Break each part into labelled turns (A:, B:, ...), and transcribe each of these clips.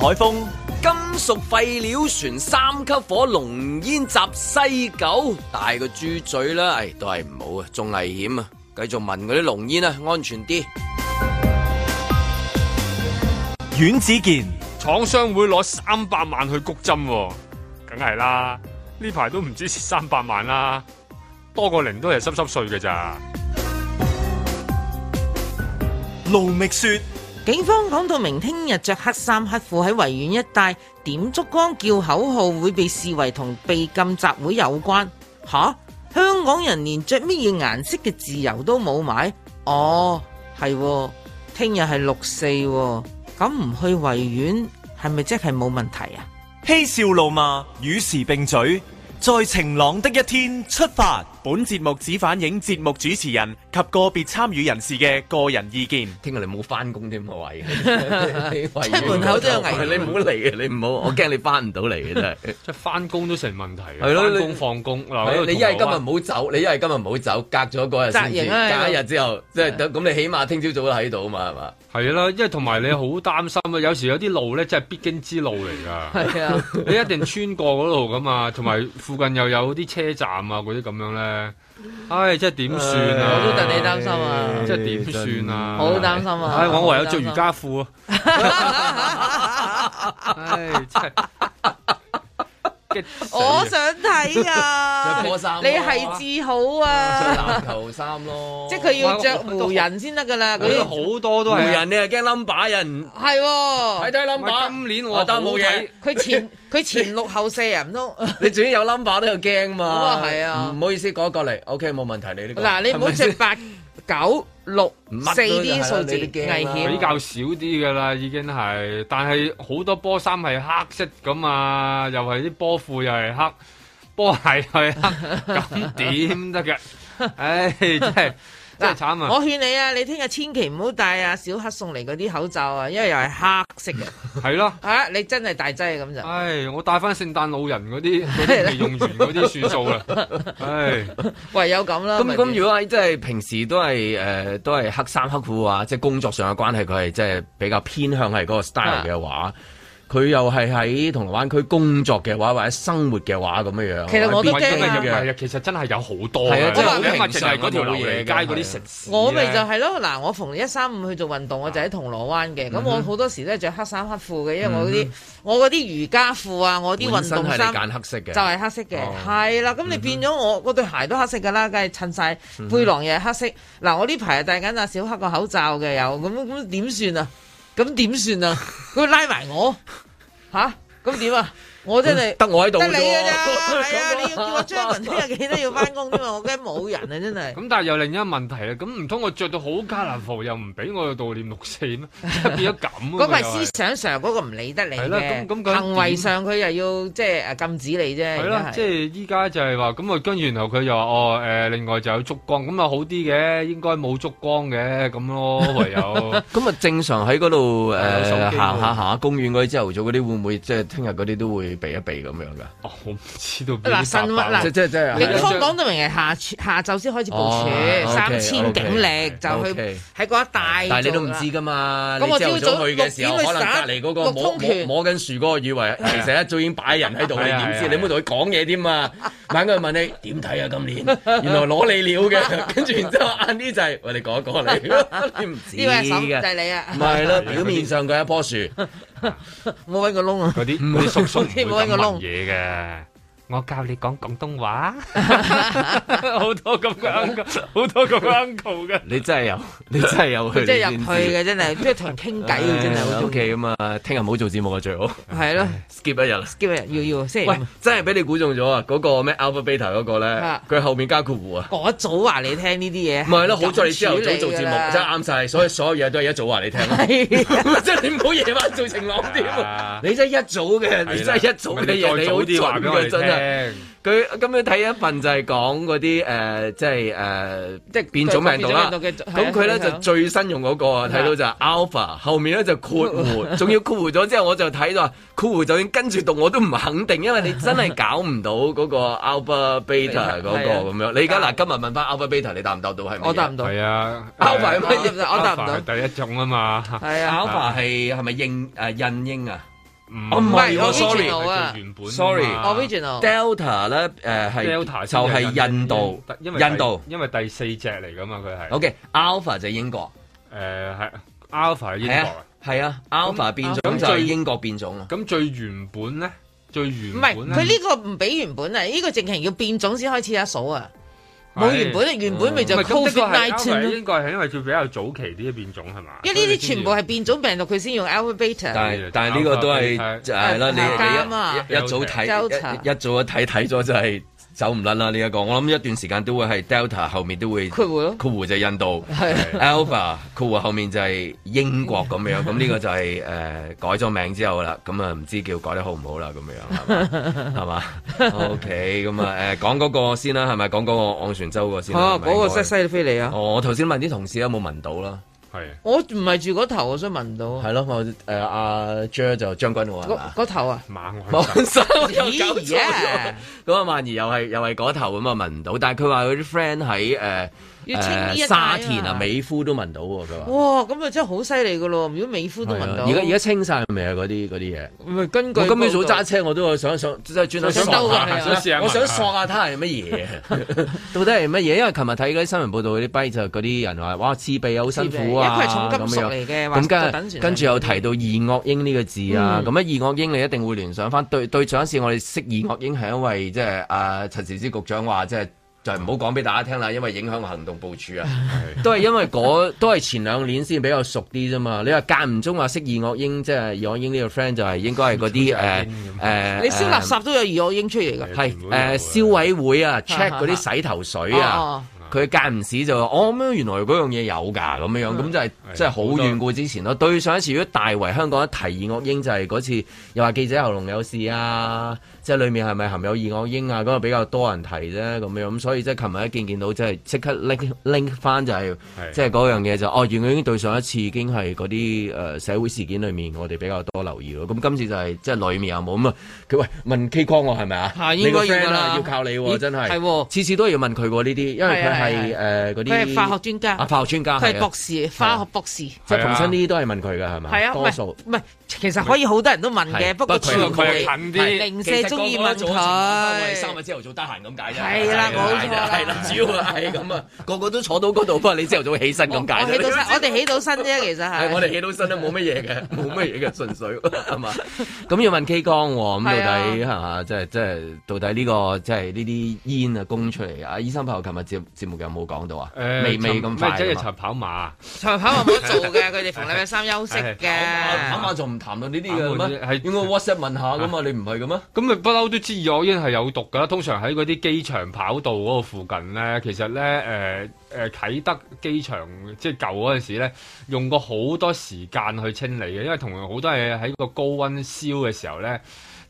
A: 海峰、
B: 金屬廢料船三級火，濃煙襲西九，大個豬嘴啦，唉，都係唔好啊，仲危險啊！繼續聞嗰啲濃煙啊，安全啲。
A: 阮子健、
C: 廠商會攞三百萬去谷針喎，梗係啦，呢排都唔止蝕三百萬啦，多個零都係濕濕碎嘅咋。
A: 盧覓雪、
D: 警方講到明聽日着黑衫黑褲喺維園一帶點燭光叫口號，會被視為同被禁集會有關。吓，香港人連着乜嘢顏色嘅自由都冇埋。哦，係喎，聽日係六四喎，咁唔去維園係咪即係冇問題啊？
A: 嬉笑怒罵，與時並舉，在晴朗的一天出發。
E: 本節目只反映節目主持人及個別參與人士嘅個人意見。
B: 聽日你冇翻工添，我懷疑。 出
D: 門口都有危險
B: 你唔好嚟啊！你唔好，我驚你翻唔到嚟啊嘅真係。
C: 即係翻工都成問題嘅，
B: 係咯
C: 翻
B: 你
C: 工放工嗱，
B: 係啊
C: 喺度
B: 你一係今
C: 銅鑼灣
B: 日唔好走，你一係今日唔好走，隔咗嗰日先
D: 隔
B: 至，
D: 型啊
B: 隔一日之後，即係咁咁，你起碼聽朝早都喺度啊嘛，係嘛？
C: 係啦，因為同埋你好擔心啊，有時有啲路咧真係必經之路嚟㗎，
D: 係啊，
C: 你一定穿過嗰度㗎嘛，同埋附近又有啲車站啊嗰啲咁樣咧，唉，真係點算啊？
D: 我都戥你擔心啊
C: 即嗯係點算啊？
D: 好擔心啊
C: 唉，我唯
D: 好擔
C: 有着
D: 心
C: 瑜伽褲啊！唉，真係激死啊
D: 我想睇啊！
B: 着波衫咯
D: 你係至好
B: 着
D: 啊！
B: 籃球衫咯，
D: 即係佢要着湖人先得㗎啦，嗰
C: 嗰啲
D: 啲
C: 好多都
B: 湖
C: 係啊。
B: 人，你係驚 number 人
D: 係
B: 睇
D: 喎。
B: 睇
C: 唔係
B: number。
C: 今年
B: 我
C: 我
B: 覺得
C: 好
B: 冇嘢
C: 睇，
D: 佢 前佢前六後四啊，唔通？
B: 你自己有 number 都有驚嘛？
D: 咁啊係啊
B: 唔好意思講過嚟，OK 冇問題你呢個。
D: 嗱，你唔好
B: 係咪
D: 食八九六
B: 乜
D: 四
B: 都
D: 啲數字
B: 係啦你都驚啦
D: 危險。
C: 比較少啲㗎啦，已經係。但係好多波衫係黑色咁啊，又係啲波褲又係黑，波鞋又係黑，咁點得嘅？唉，真係真係慘啊！
D: 我勸你啊，你聽日千祈唔好戴啊小黑送嚟嗰啲口罩啊，因為又係黑色 嘅，
C: 係咯。
D: 啊你真係大劑啊咁就。
C: 唉，我帶翻聖誕老人 嗰啲嗰啲未用完嗰啲算數啦。唉，
D: 唯有咁啦。
B: 咁咁，如果係即係平時都係誒、呃都係黑衫黑褲啊，即係工作上嘅關係，佢係即係比較偏向係嗰個 style 嘅話，佢又係喺銅鑼灣區工作嘅話，或者生活嘅話咁樣樣。
D: 其實我都
C: 唔係
D: 驚啊
C: 唔係啊，其實真係有好多
B: 係啊
C: 嘅，
B: 即
D: 係好
C: 你諗下
B: 平
C: 淨
B: 常
C: 係嗰條
B: 嗰啲
C: 流
B: 嘢
C: 離街
B: 㗎
C: 嗰啲食肆
D: 我咪
B: 啊
D: 就
C: 咧
D: 係咯，嗱，我逢一三五去做運動，我就喺銅鑼灣
B: 嗯
D: 嘅，咁我好多時都係着黑衫黑褲嘅，因為我嗰啲我嗰啲瑜伽褲啊，我啲
B: 本
D: 運
B: 身
D: 動
B: 係
D: 衫
B: 你。揀黑色嘅，
D: 就係黑色嘅
B: 哦，
D: 係啦、咁你變咗我嗰對鞋都黑色㗎啦，梗係襯晒背囊又係黑色。嗱、我呢排戴緊阿小黑個口罩嘅有，咁咁點算啊？咁點算啊？佢拉 埋我吓，咁點啊？我真係
B: 得我喺度
D: 得
B: 啫
D: 你㗎 咋，
B: 喎。
D: 係啊！你要叫我張文聽日記得要翻工啫嘛，我驚冇人啊，真係。
C: 咁但係又另一個問題啊！咁唔通我着到好 colourful 又唔俾我悼念六四咩？ 即係變咗咁啊
D: 嗰個
C: 嘛
D: 係
C: 又係
D: 思想上，嗰個唔理得你
C: 係啦咁
D: 嘅。
C: 咁佢
D: 行為上佢又要即係誒禁止你啫。
C: 係
D: 而
C: 啦
D: 家，
C: 即係依家就係話咁啊，跟住然後佢又話哦誒、另外就有燭光，咁啊好啲嘅，應該冇燭光嘅咁咯，唯有
B: 咁啊，正常喺嗰度
C: 係有手
B: 誒
C: 機
B: 行下
C: 喎
B: 行下公園嗰啲朝頭早嗰啲，會唔會即係聽日嗰啲都會避一避咁樣㗎？
C: 哦，我唔知道邊
D: 嗱
C: 啲
D: 神
C: 答案
D: 嗱
B: 即即即啊係
D: 警
C: 你
D: 方講到明係下下晝先開始部
B: 哦
D: 署三千
B: OK，OK，
D: 警力，就去
B: OK
D: 喺嗰一帶。
B: 但係你都唔知。噶嘛？
D: 咁
B: 你
D: 我
B: 朝頭
D: 朝
B: 早
D: 早
B: 去嘅時候，
D: 六點去
B: 可能
D: 耍
B: 隔離嗰個
D: 六
B: 摸
D: 通
B: 摸
D: 拳啊
B: 摸緊樹嗰個以為其實一早已經擺人喺度，你
C: 係啊
B: 點
C: 係
B: 知？
C: 啊
B: 你冇同佢講嘢添 嘛？晚佢問你點睇啊？今年原來攞你料 嘅，跟住然之後晏啲就係喂你講一講你，你唔知
D: 呢位阿嬸就
B: 嘅。
D: 係你啊
B: 唔！係啦，表面上佢係一棵樹，
D: 冇揾個窿啊！
C: 嗰啲嗰啲叔叔唔 會
D: 冇一個
C: 咁
D: 窿
C: 問嘢嘅。我教你講 廣東話，好多咁嘅 uncle，好多咁嘅 uncle 嘅。
B: 你真係有， 你真係有
D: 佢
B: 去，
D: 真係入去嘅，真係即係同人 傾偈嘅，真係好中
B: O
D: 意。
B: K 咁啊，聽日唔好做節目啊，最好
D: 係咯，
B: skip 一日啦。
D: 叫人要要星期五
B: 喂，真係俾你估中咗啊！嗰、個咩 Alpha Beta 嗰個咧
D: 啊，
B: 佢後面加括弧啊！
D: 我早話你聽呢啲嘢。
B: 唔係啦，好在你朝頭早做節
D: 咁處理㗎
B: 目，
D: 啦
B: 真係啱晒，所以所有嘢都係一早話 你聽
D: 啊
B: 咯。
D: 係
B: 即係你唔好夜晚做晴朗添
C: 啊，
B: 你真係一早嘅，你真係一早嘅嘢，你好準嘅真係。
C: 係。
B: 佢咁樣睇一份就係講嗰啲誒，即係誒，即係變種病毒啦。
D: 變種病毒嘅
B: 咁佢咧
D: 係啊
B: 就最新用嗰個啊，睇到就係 alpha，後面咧就括弧， 仲要括弧咗之後，我就睇到話括弧就算跟住讀我都唔肯定，因為你真係搞唔到嗰個 alpha beta 嗰個
D: 係啊
B: 咁樣。你而家嗱今日問翻 alpha beta，你答唔答到係咪？
D: 我答唔到，
C: 係啊
B: alpha 係乜嘢
D: 我答唔到
C: 係第一種啊嘛。
D: 係啊，
B: ？alpha 呃係係咪應誒印英啊？
C: 唔
B: 唔係
C: 我
B: 我 sorry
C: 原本
B: sorry
D: original
B: Delta 咧誒係
C: Delta
B: 就係印度，
C: 因為第
B: 印度。
C: 因為第四隻嚟噶嘛，佢係
B: OK，Alpha 就係英國，
C: 誒係 Alpha 係英國
B: 係
C: 啊
B: 啊。係啊，Alpha 變種
C: 咁
B: 就係
C: 最
B: 英國變種啊。
C: 咁最原本咧，最原
D: 唔係，
C: 本
D: 佢呢個唔俾原本啊，呢個直情要變種先開始一數啊，冇原本啊，原本咪就
C: 唔係咁呢個
D: Covid
C: 係
D: nineteen 咯
C: 應該係因為佢比較早期啲變種係嘛？
D: 因為呢啲全部係變種病毒，佢先用 alpha beta。
B: 但係但係呢個都係
C: Alpha
B: 就係啦，你
D: 啱啊
B: 你一一一早
D: Delta
B: 睇一一早一睇睇咗就係走唔甩啦呢一個。我諗一段時間都會係 Delta 後面都會
D: 括弧咯
B: 括弧就係印度
D: 係
B: ，Alpha 括弧後面就係英國咁樣。 咁呢個就係誒呃改咗名之後啦。咁啊唔知叫改得好唔好啦咁樣 係嘛係嘛？OK 咁啊誒講嗰個先啦，係咪講嗰個昂船洲個先啦？
D: 哦
B: 係，哦咪
D: 嗰個
B: 應該
D: 真係犀利非利啊！
B: 我頭先問啲同事有冇聞到啦，
C: 係
D: 我唔係住嗰頭，我想聞到
B: 係咯，我誒阿 Jer 就將軍澳係
D: 嗰
B: 嘛？
D: 嗰頭啊！
C: 猛
B: 網
C: 去
B: 上又搞錯
D: 咦
B: 咗
D: 呀，
B: 咁啊萬兒又係又係嗰頭咁啊聞唔到，但係佢話佢啲 friend 喺誒
D: 要清呢一帶啊
B: 誒沙田啊美孚都聞到喎，佢話。
D: 哇，咁啊真係好犀利噶咯！如果美孚都
B: 係
D: 聞
B: 啊
D: 到，
B: 而家而家清晒未啊？嗰啲嗰啲嘢。
D: 唔係根據
B: 我今朝早揸
D: 報
B: 車我都想想，即係轉頭
D: 想
B: 索
D: 兜過 去
B: 下
D: 啊
B: 想
C: 想試下
B: 我想
C: 聞下
B: 索下睇係乜 嘢，到底係乜嘢？因為琴日睇嗰啲新聞報道，嗰啲跛就嗰啲人話：哇，刺鼻啊好
D: 道
B: 辛苦啊！
D: 因為佢係重金屬
B: 咁樣
D: 嚟嘅，話
B: 咁
D: 就
B: 跟
D: 等住
B: 跟住又提到二惡英呢個字啊，
D: 嗯
B: 咁啊二惡英你一定會聯想翻對對上一次我哋識二惡英係因為即係啊陳肇始局長話即係。就唔好講俾大家聽啦，因為影響行動部署啊，都係因為嗰都係前兩年先比較熟啲啫嘛。你話間唔中話識二惡英，即係二惡英呢個 friend 就係應該係嗰 啲呃誒
C: 嗯
B: 誒，
D: 你燒垃圾都有二惡英出嚟㗎。
B: 係誒消委會 啊，check 嗰啲洗頭水啊。
D: 哦
B: 佢間唔時就話：哦咁樣原來嗰樣嘢有㗎，咁樣
D: 嗯
B: 樣咁就係
C: 係
B: 即係好遠古之前咯。對上一次如果大圍香港一提二惡英就係嗰次，又話記者喉嚨有事啊，即係裡面係咪含有二惡英啊？咁啊比較多人提啫，咁樣咁所以即係琴日一見見到即係即刻 link link 翻就係
C: 係
B: 即係嗰樣嘢就哦，原來已經對上一次已經係嗰啲誒社會事件裡面我哋比較多留意咯。咁今次就係即係裡面有冇咁啊？佢喂問 K 光我係咪啊？
D: 係
B: 你個
D: 應該要
B: friend
D: 㗎啦
B: 啊，要靠你
D: 咦
B: 喎，真係
D: 係喎
B: 次次都要問佢喎呢啲，因為
D: 係
B: 佢
D: 啊係
B: 係誒嗰
D: 佢
B: 啲
D: 係化學專家
B: 啊化學專家
D: 佢係
B: 啊
D: 博士，化學博士。
B: 即係
C: 係
B: 逢
C: 啊
B: 親呢啲都係問佢㗎係咪？
D: 係啊，唔
B: 多
D: 係
B: 數
D: 唔係，其實可以好多人都問嘅，
B: 係
D: 不過
B: 不過
D: 全
B: 佢
D: 部
C: 佢係近啲。
D: 零舍中意問佢。
B: 朝頭早得閒咁解
D: 啫係啦冇錯啦
B: 係啦，主要係咁啊， 個個都坐到嗰度，不過你朝頭早起身
D: 我
B: 咁解
D: 我起到
B: 啫。
D: 身，我哋起到 身啫，其實
B: 係
D: 係。
B: 我哋起到身都冇乜嘢 嘅，冇乜嘢嘅，純粹係嘛？ 咁要問 K 光喎，咁到底係啊嘛？即係即係到底呢個即係呢啲煙啊供出嚟啊？醫生朋友琴日節節目有冇講到啊？
C: 誒
B: 未未咁快
C: 即係
B: 㗎嘛
C: 尋跑馬，啊
D: 長跑我冇得做 嘅，佢哋逢禮拜三休息
B: 啱
D: 嘅。
B: 啱仲唔談論呢啲嘅咩？
C: 啱啱
B: 係應該 WhatsApp 問下噶嘛？你唔係嘅咩？
C: 咁咪不嬲都知二我英係有毒噶啦。通常喺嗰啲機場跑道嗰個附近咧，其實咧誒誒啟德機場即係舊嗰陣時咧，用過好多時間去清理嘅，因為同好多嘢喺個高温燒嘅時候咧。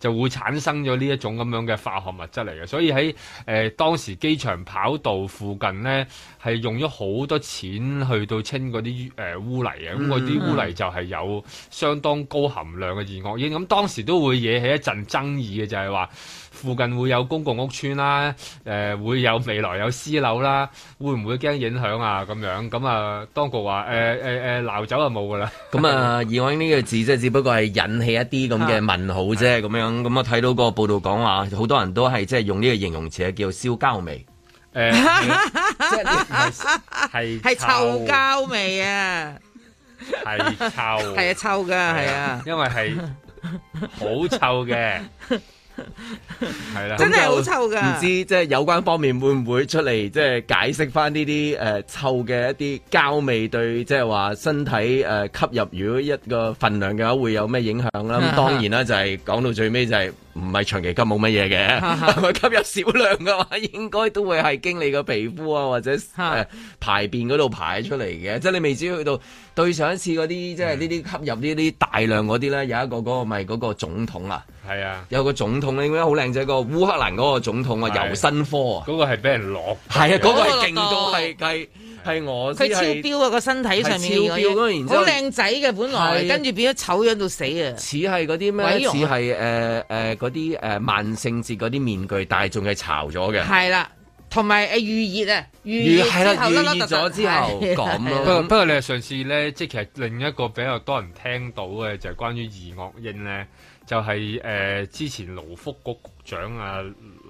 C: 就會產生咗呢一種咁樣嘅化學物質嚟嘅，所以喺誒、呃、當時機場跑道附近呢，係用咗好多錢去到清嗰啲誒污泥嘅，咁嗰啲污泥就係有相當高含量嘅二惡英，咁當時都會惹起一陣爭議嘅，就係話附近會有公共屋邨啦，誒、呃、會有未來有私樓啦，會唔會驚影響啊咁樣？咁啊，當局話誒誒誒鬧走就冇㗎啦，
B: 咁啊，以往呢個字即係只不過係引起一啲咁嘅問號啫，咁樣咁我睇到個報道講話，好多人都係即係用呢個形容詞係啊叫燒膠味，
C: 誒即係呢係
D: 係臭膠味啊，
C: 係臭，
D: 係啊，臭㗎，係啊，
C: 因為係好臭嘅，係啦，
D: 真係好
B: 就
D: 臭㗎
B: 唔知即係有關方面會唔會出嚟即係解釋翻呢啲誒臭嘅一啲膠味對即係話身體誒吸入如果一個份量嘅話會有咩影響啦？咁當然啦，就係講到最尾就係唔係長期吸冇乜嘢嘅，係咪吸入少量嘅話應該都會係經你個皮膚啊或者誒排便嗰度排出嚟嘅，即係你未至於去到。對上一次嗰啲即係呢啲吸入呢啲大量嗰啲咧，有一個嗰個咪嗰個總統啊，
C: 係啊，
B: 有個總統咧，應該好靚仔個烏克蘭嗰個總統啊，
C: 係
B: 尤申科啊，
C: 嗰個係俾人落，
B: 係啊，嗰個係勁
D: 嗰
B: 到
D: 個
B: 係係係我
D: 佢
B: 先
D: 超
B: 係
D: 標啊個身體上面
B: 係超標嗰個然之後
D: 好靚仔嘅本來，
B: 係
D: 跟住變咗醜樣到死啊！
B: 似係嗰啲咩？
D: 毀容啊
B: 似係誒誒嗰啲誒萬聖節嗰啲面具，但係仲係潮咗嘅。
D: 係啦，同埋誒預熱啊，預
B: 預
D: 熱
B: 係啦，
D: 之後甩
B: 預
D: 甩
B: 熱
D: 突突
B: 咗之後
D: 係
B: 咁
C: 不過
B: 咯
C: 不。過你係上次咧，即係其實另一個比較多人聽到嘅就係關於二惡英咧，就係、呃之前勞福局局長啊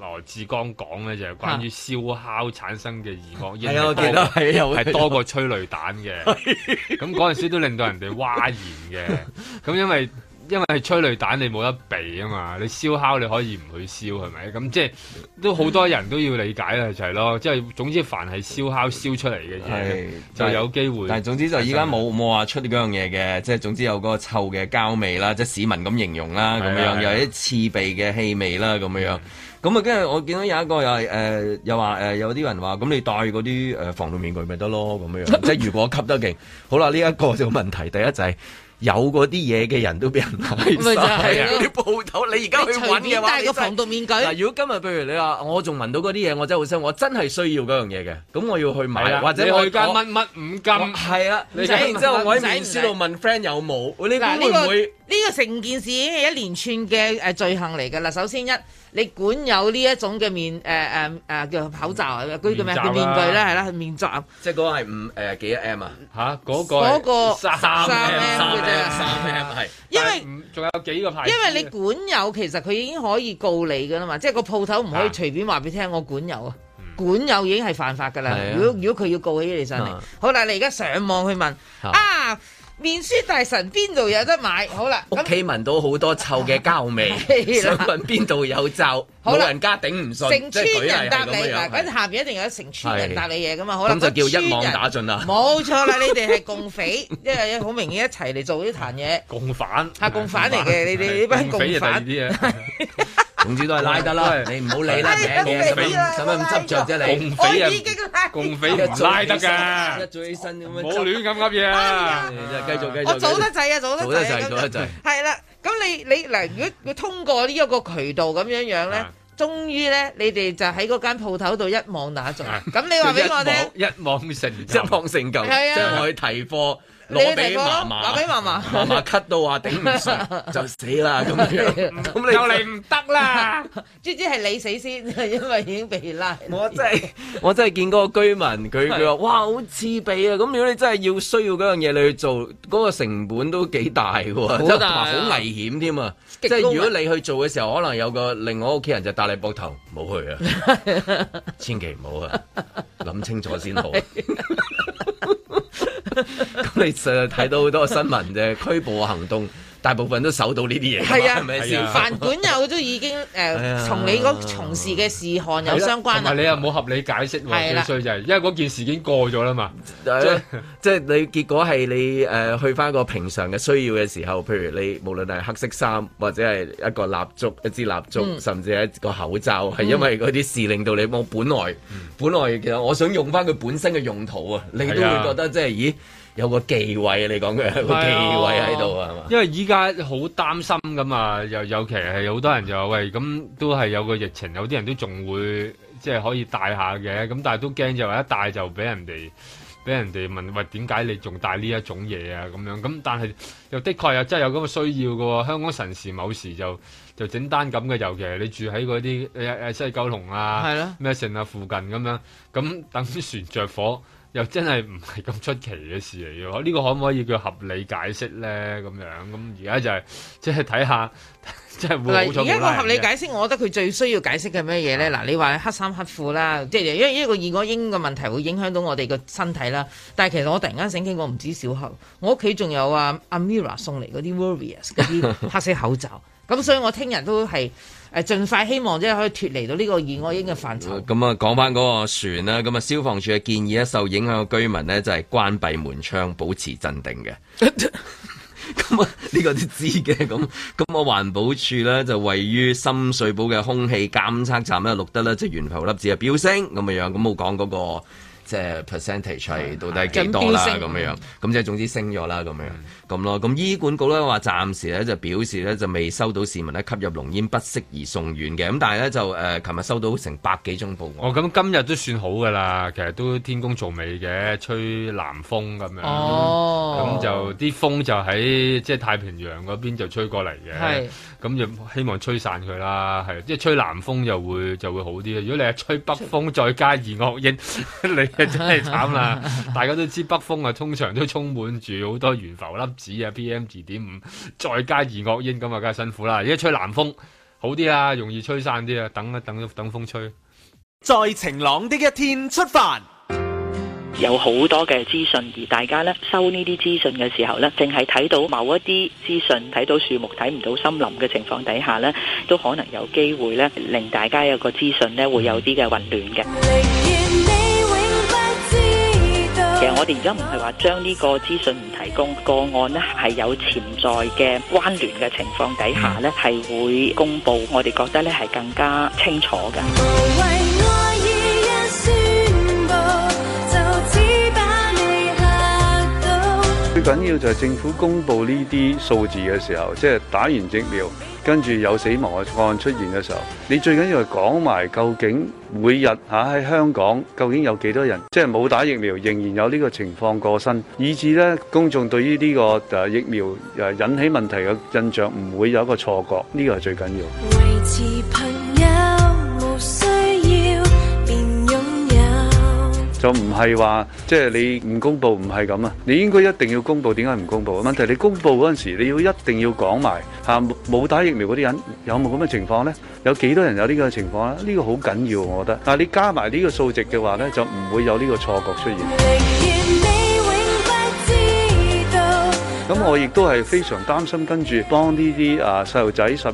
C: 羅志剛講咧，就係、關於燒烤產生嘅二惡英，
B: 係啊，我記得係有
C: 係多過催淚彈 嘅，咁嗰陣時都令到人哋譁然嘅。咁因為因為催淚彈你冇得避啊嘛，你燒烤你可以唔去燒係咪？咁即係都好多人都要理解啦，就係咯，即係總之凡係燒烤燒出嚟嘅嘢
B: 係，
C: 就有機會。
B: 但係總之就依家冇冇話出嗰樣嘢嘅，即係總之有個臭嘅膠味啦，即係市民咁形容啦，咁
C: 係啊係啊
B: 樣有啲刺鼻嘅氣味啦，咁樣。咁啊，跟住我見到有一個又係誒，又話誒有啲人話，咁你戴嗰啲誒防毒面具咪得咯，咁樣。即係如果吸得勁，好啦，呢一個就問題，第一就係。有嗰啲嘢嘅人都俾人拉晒，
D: 咪就係咯
B: 啲鋪頭你而家
D: 你
B: 去揾
D: 隨
B: 嘅
D: 便
B: 話，
D: 戴
B: 你
D: 個
B: 真係
D: 防毒面具，
B: 嗱，如果今日譬如你話我仲聞到嗰啲嘢，我真係好想，我真係需要嗰樣嘢嘅，咁我要去
C: 係
B: 買，
C: 啦
B: 或者
C: 你
B: 我
C: 去間
B: 我
C: 乜乜五
B: 我
C: 金。
B: 係啦，
C: 你
B: 然之後我喺面
D: 唔
B: 書
D: 使
B: 度問 friend 有冇，你會
D: 嗱呢
B: 唔
D: 個
B: 會？
D: 呢個成件事已經係一連串嘅誒罪行嚟㗎啦。首先一，你管有呢一種嘅面誒誒誒叫口罩啊，嗰啲叫咩？
C: 面
D: 叫
C: 罩
D: 面具啦，
C: 啦
D: 係啦，面罩啊。
B: 即係嗰個係五誒幾多 M 啊？
C: 吓嗰個
D: 嗰個
C: 三
D: 三
B: M，
D: M
B: 三
D: 嘅啫
B: M，三 M 係。
D: 因
C: 但係
D: 為
C: 唔仲有幾個牌子
D: 因
C: 嘅，
D: 為你管有其實佢已經可以告你㗎啦嘛，即係個鋪頭唔可以
C: 啊
D: 隨便話俾你聽我管有啊。管有已經係犯法㗎
B: 嗯
D: 啦
B: 係啊！
D: 如果如果佢要告起你上嚟
B: 啊，
D: 好啦，你而家上網去問
B: 啊
D: 啊，面書大神邊度有得買？好啦，
B: 屋
D: 咁
B: 企聞到好多臭嘅膠味，
D: 係
B: 想
D: 啦
B: 問邊度有罩，
D: 好
B: 老
D: 啦
B: 人家頂唔順，
D: 成
B: 即係舉
D: 村
B: 例係
D: 人答
B: 咁
D: 你
B: 樣
D: 嗱，
B: 係
D: 咁下邊一定有成村人答你嘢噶嘛，好啦，
B: 咁就叫
D: 個
B: 一
D: 村
B: 網
D: 人
B: 打盡 啦。
D: 冇錯啦，你哋係共匪，因為好明顯一齊嚟做呢 壇嘢，
C: 共犯
D: 係共犯嚟嘅你哋呢 班共
C: 匪
D: 犯
C: 就第二啲啊嘢。
B: 總之都係拉得啦，
C: 喂
B: 你唔好理啦，
D: 哎
B: 名嘢使乜使乜咁執着啫你？
C: 共
D: 我
C: 匪啊
D: 已，經係
C: 共 匪
B: 一
C: 唔
B: 早
C: 拉得
B: 起身一
C: 㗎，
B: 早起身咁
C: 唔
B: 樣
C: 好
B: 執
C: 亂咁噏嘢
D: 哎
C: 啊！
B: 你就繼續繼續。
D: 我早
B: 繼
D: 得
B: 續
D: 滯啊，早得
B: 早得
D: 滯
B: 滯，
D: 啊，
B: 早得滯。
D: 係啦，咁你你嗱，如果佢通過呢一個渠道咁樣樣咧
C: 啊，
D: 終於咧，你哋就喺嗰間鋪頭度一網打盡
C: 啊。
D: 咁你話俾我聽，
C: 一網 成就
B: 一望成就，即
D: 係啊
B: 係我去提貨
D: 你去
B: 攞
D: 提
B: 俾
D: 貨咯
B: 嫲嫲，
D: 攞俾嫲嫲
B: 嫲嫲咳到話頂唔 順就死啦咁 樣。咁你
C: 就嚟唔得啦！
D: 知知係你死先， 因為已經被拉。
B: 我真係我真係見嗰個居民，佢佢話哇好刺鼻啊！咁如果你真係要需要嗰樣嘢你去做，嗰個成本都幾大嘅喎，即係
D: 好大啊
B: 同埋好危險添啊！即
D: 極高
B: 係
D: 危
B: 如果你去做嘅時候，可能有個另外屋企人就搭你膊頭，唔好去啊， 千祈唔好啊，諗清楚先好。咁你實睇到好多新聞啫，拘捕行動大部分都搜到呢啲嘢㗎嘛，
D: 係啊
B: 係咪
C: 係
B: 先
C: 啊？
D: 凡管有都已經
B: 啊
D: 誒同你嗰從事嘅事項 有相關啊
C: 同埋
D: 啦。
C: 你又冇合理解釋
D: 係
C: 喎，
D: 啦
C: 最衰就係因為嗰件事已經過咗啦嘛。
B: 係
C: 即
B: 咯
C: 係
B: 即係你結果係你誒、呃去翻個平常嘅需要嘅時候，譬如你無論係黑色衫或者係一個蠟燭、
C: 嗯
B: 一支蠟燭，甚至係一個口罩，係因為嗰啲事令到你我本來、本來其實我想用翻佢本身嘅用途啊，你都
C: 嗯係啊
B: 會覺得即係咦有個忌諱啊！你講嘅有個忌諱喺度啊係嘛？
C: 因為依家好擔心㗎嘛，尤尤其係好多人就話喂，咁都係有個疫情，有啲人都仲會即係可以戴下嘅，咁但係都驚就話一戴就俾人哋俾人哋問喂點解你仲戴呢一種嘢啊咁樣，咁但係又的確又真係有咁嘅需要嘅喎，香港神時某時就就整單咁嘅，尤其係你住喺嗰啲誒誒西九龍啊。
D: 係咯，
C: 咩城啊附近咁樣，咁等船着火又真係唔係咁出奇嘅事嚟嘅喎，呢、個可唔可以叫合理解釋咧？咁樣咁而家就係、即係睇下， 即係會啊好
D: 嗱，
C: 咗
D: 而家
C: 冇
D: 個
C: 啦。
D: 合理解釋，我覺得佢最需要解釋嘅咩嘢咧？嗱，你話黑衫黑褲啦，即係因為因為一個二果英嘅問題會影響到我哋個身體啦。但係其實我突然間醒起，我唔止小學，我屋企仲有啊阿 Mira 送嚟嗰啲 Warriors 嗰啲黑色口罩，咁所以我聽日都係誒盡快希望即係可以脱離到呢個二果英嘅範疇。
B: 咁啊，講翻嗰個船啦，咁啊，消防處嘅建議咧，受影響嘅居民呢，就係關閉門窗，保持鎮定嘅。 咁啊，呢個都知嘅。咁咁啊，環保署咧就位於深水埗嘅空氣監測站咧，錄得咧即係懸浮粒子嘅飆升咁嘅樣。咁冇講嗰個即係 percentage 係到底係幾多啦咁
D: 咁飆升
B: 樣樣。咁即係總之升咗啦咁樣咁咯。咁醫管局咧話暫時咧就表示咧就未收到市民咧吸入濃煙不適宜送院嘅。咁但係咧就誒，琴日收到成百幾宗報案。
C: 哦，咁今日都算好噶啦，其實都天公造美嘅，吹南風咁樣，咁、
D: 哦，
C: 就啲風就喺即係太平洋嗰邊就吹過嚟嘅
D: 係。。
C: 咁就希望吹散佢啦， 係即係吹南風就會就會好啲。如果你係吹北風再加二惡英，你啊真係慘 啦！大家都知北風啊，通常都充滿住好多懸浮粒子啊，PM 二點五，再加二惡英咁啊，梗係辛苦啦！而家吹南風好啲啦，容易吹散啲啊，等一等等風吹。
E: 在晴朗的一天出發。
F: 有好多嘅資訊，而大家呢收呢啲資訊嘅時候呢，淨係睇到某一啲資訊，睇到樹木，睇唔到森林嘅情況底下呢，都可能有機會呢令大家有個資訊呢會有啲嘅混亂嘅。其實我哋而家唔係話將呢個資訊唔提供，個案呢係有潛在嘅關聯嘅情況底下呢，係會公佈，我哋覺得呢係更加清楚嘅。
G: 最緊要就係政府公布呢啲數字嘅時候，即係打完疫苗，跟住有死亡嘅個案出現嘅時候，你最緊要係講埋究竟每日嚇喺香港究竟有幾多人，即係冇打疫苗仍然有呢個情況過身，以至呢公眾對於呢個誒疫苗誒引起問題嘅印象唔會有一個錯覺，呢個係最緊要。
H: 維持朋友無需要便擁有。
G: 就唔係話即係你唔公佈唔係咁啊！你應該一定要公佈，點解唔公佈？啊問題你公佈嗰陣時，你要一定要講埋嚇冇冇打疫苗嗰啲人有冇咁嘅情況呢？有幾多人有呢個情況咧？呢個好緊要，我覺得。但係你加埋呢個數值嘅話呢，就唔會有呢個錯覺出現。咁我亦都係非常擔心，跟住幫呢啲啊細路仔十一、十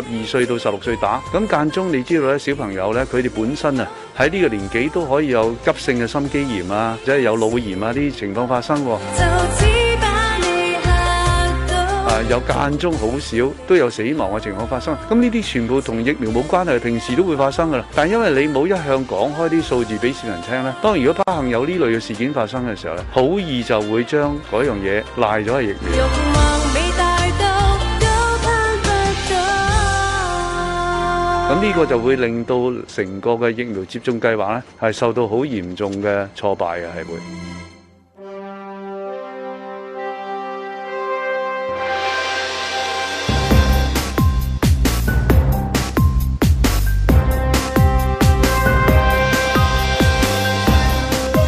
G: 二歲到十六歲打，咁間中你知道咧，小朋友咧佢哋本身啊喺呢個年紀都可以有急性嘅心肌炎啊，即係有腦炎啊呢啲情況發生喎、啊，有間中好少都有死亡嘅情況發生。咁呢啲全部同疫苗冇關係，平時都會發生㗎啦。但係因為你冇一向講開啲數字俾市民聽咧，當如果不幸有呢類嘅事件發生嘅時候咧，好易就會將嗰樣嘢賴咗係疫苗。咁呢個就會令到成個嘅疫苗接種計劃咧係受到好嚴重嘅挫敗嘅，係會。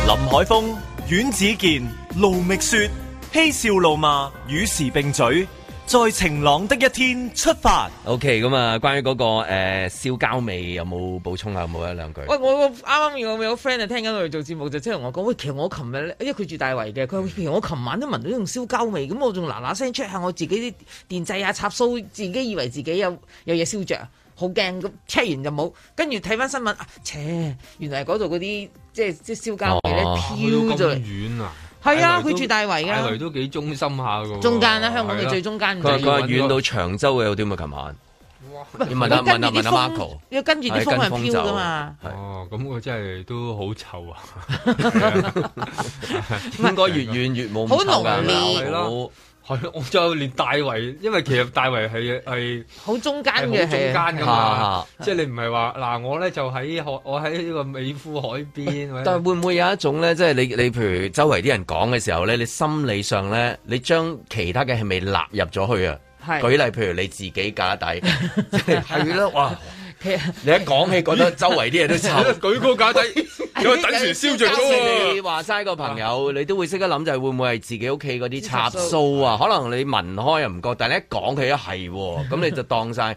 A: 林海峰、阮子健、卢觅雪，嬉笑怒骂，与时并举，在晴朗的一天出发。
B: OK，咁啊，關於嗰個誒燒膠味有冇補充啊？有冇一兩句？
D: 喂，我個啱啱有有個 friend 啊，聽緊我哋做節目就即係同我講，喂，其實我琴日咧，因為佢住大圍嘅，佢話其實我琴晚都聞到一種燒膠味，咁我仲嗱嗱聲 check 下我自己啲電掣啊、插蘇，自己以為自己有有嘢燒着，好驚咁 check 完就冇，跟住睇翻新聞，啊切，原來係嗰度嗰啲即係即係燒膠味咧
B: 哦
D: 飄咗
C: 咁
D: 嚟，
C: 遠啊！
D: 係啊，
C: 大圍
D: 佢
C: 都
D: 住大圍
C: 大圍
D: 㗎，
C: 都幾中心下㗎喎。
D: 中間啦，啊香港
C: 係
D: 嘅
C: 咯
D: 最中
B: 佢
D: 間就
B: 話
D: 係
B: 佢
D: 要
B: 話遠到長洲嘅有啲咁嘅，琴晚你問下
D: 要
B: 問
D: 跟
B: 下
D: 住啲
B: 問下
D: 風
B: Marco，，
D: 要跟住啲
B: 係
D: 風
B: 跟
D: 向
B: 風
D: 飄
B: 走
D: 㗎嘛。
C: 哦，咁我真係都好臭啊！
B: 應該越遠越冇咁臭㗎
D: 好濃烈
B: 係咯
C: 係咯，我就連大圍，因為其實大圍係係
D: 好中間
C: 係好中
D: 嘅
C: 間
D: 係啊，
C: 㗎嘛，即係你唔係話嗱，我咧就喺海，我喺呢個美孚海邊，或者
B: 但係會唔會有一種咧，即係你你譬如周圍啲人講嘅時候咧，你心理上咧，你將其他嘅係咪納入咗去啊？
D: 係
B: 舉例，譬如你自己架底，即係係啦，哇！
D: 其實
B: 你一講起覺得周圍啲嘢都臭。
C: 舉高 架底，
D: 哎
C: 有等船燒着咗喎
B: 你。話齋個朋友，你都會識得諗，就係會唔會係自己屋企嗰啲插
D: 插
B: 蘇啊？可能你聞開又唔覺，但係你一講佢一係喎，咁你就當晒，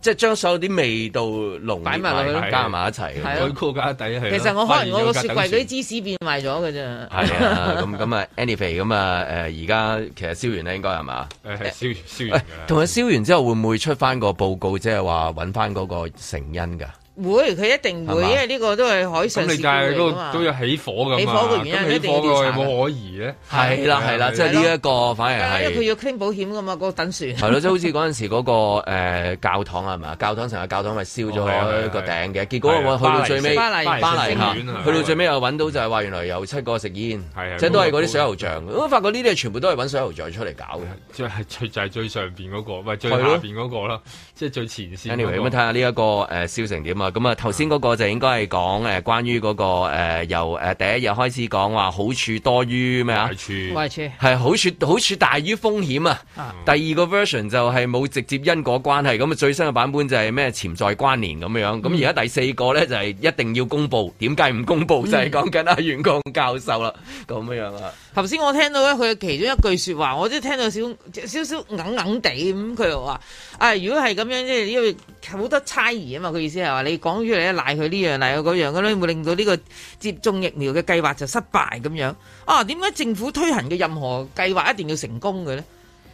B: 即係將所有啲味道濃烈
D: 擺埋落去咯
B: 加埋一齊。
D: 係咯
C: 舉高架底係咯。
D: 其實我可能我個
C: 發
D: 雪
C: 現咗
D: 櫃
C: 架
D: 嗰
C: 等
D: 啲芝士變壞咗嘅啫。
B: 係啊，咁咁啊，anyway，咁啊，誒而家其實燒完啦，應該係嘛？
C: 船誒係
D: 哎
C: 燒完燒完㗎啦。
B: 同埋燒完之後會唔會出翻個報告，即係話揾翻嗰個成因㗎？
D: 會，佢一定
B: 係
D: 會，
B: 嘛
D: 因為呢個都係海上
C: 咁你
D: 事故
C: 就
D: 嚟
C: 係
D: 㗎
C: 嗰
D: 啊嘛
C: 個都有起火㗎嘛？
D: 起火嘅原因
C: 咁
D: 一
C: 起
D: 定要
C: 火個
D: 調
C: 有
D: 查㗎
C: 冇可疑咧？
B: 係啦，係啦，
C: 啊
B: 即係呢一個反而
D: 啊因為佢
B: 係。
D: 要 claim 保險㗎嘛，個等船。
B: 係咯，即係好似嗰陣時嗰個誒教堂啊係嘛？教堂成個教堂咪燒
C: 哦係啊
B: 咗
C: 係啊
B: 個頂嘅，結
C: 係啊
B: 果去到最尾，
D: 巴黎
B: 巴黎嚇
D: 聖母
C: 聖院啊，
B: 去到最尾又揾到就係話原來有七個食煙
C: 係啊，
B: 即係都係嗰啲水牛像。咁發覺呢啲係全部都係揾水牛像出嚟搞嘅。
C: 最 係最就係最上邊嗰個，唔係最下
B: 係咯
C: 邊嗰個啦，即係最前線嗰個。
B: 啊 anyway，咁睇下呢一個誒燒成點咁啊，咁啊，頭先嗰個就應該係講誒關於嗰、個、呃、由誒第一日開始講話好處多於咩啊
C: 大？處
I: 壞處
B: 係好處好處大於風險啊！
I: 啊
B: 第二個 version 就係冇直接因果關係，咁啊最新嘅版本就係咩潛在關聯咁樣。
D: 嗯
B: 咁而家第四個咧就係一定要公佈，點解唔公佈？就
D: 嗯
B: 係講緊阿袁剛教授 啦，咁樣啊。
D: 頭先我聽到咧，佢其中一句説話，我都聽到少少少硬硬地咁，佢就話：啊，如果係咁樣，即係因為好多猜疑啊嘛。佢意思係話你講出嚟咧，賴佢呢樣賴佢嗰樣，咁樣會令到呢個接種疫苗嘅計劃就失敗咁樣。啊，點解政府推行嘅任何計劃一定要成功嘅咧？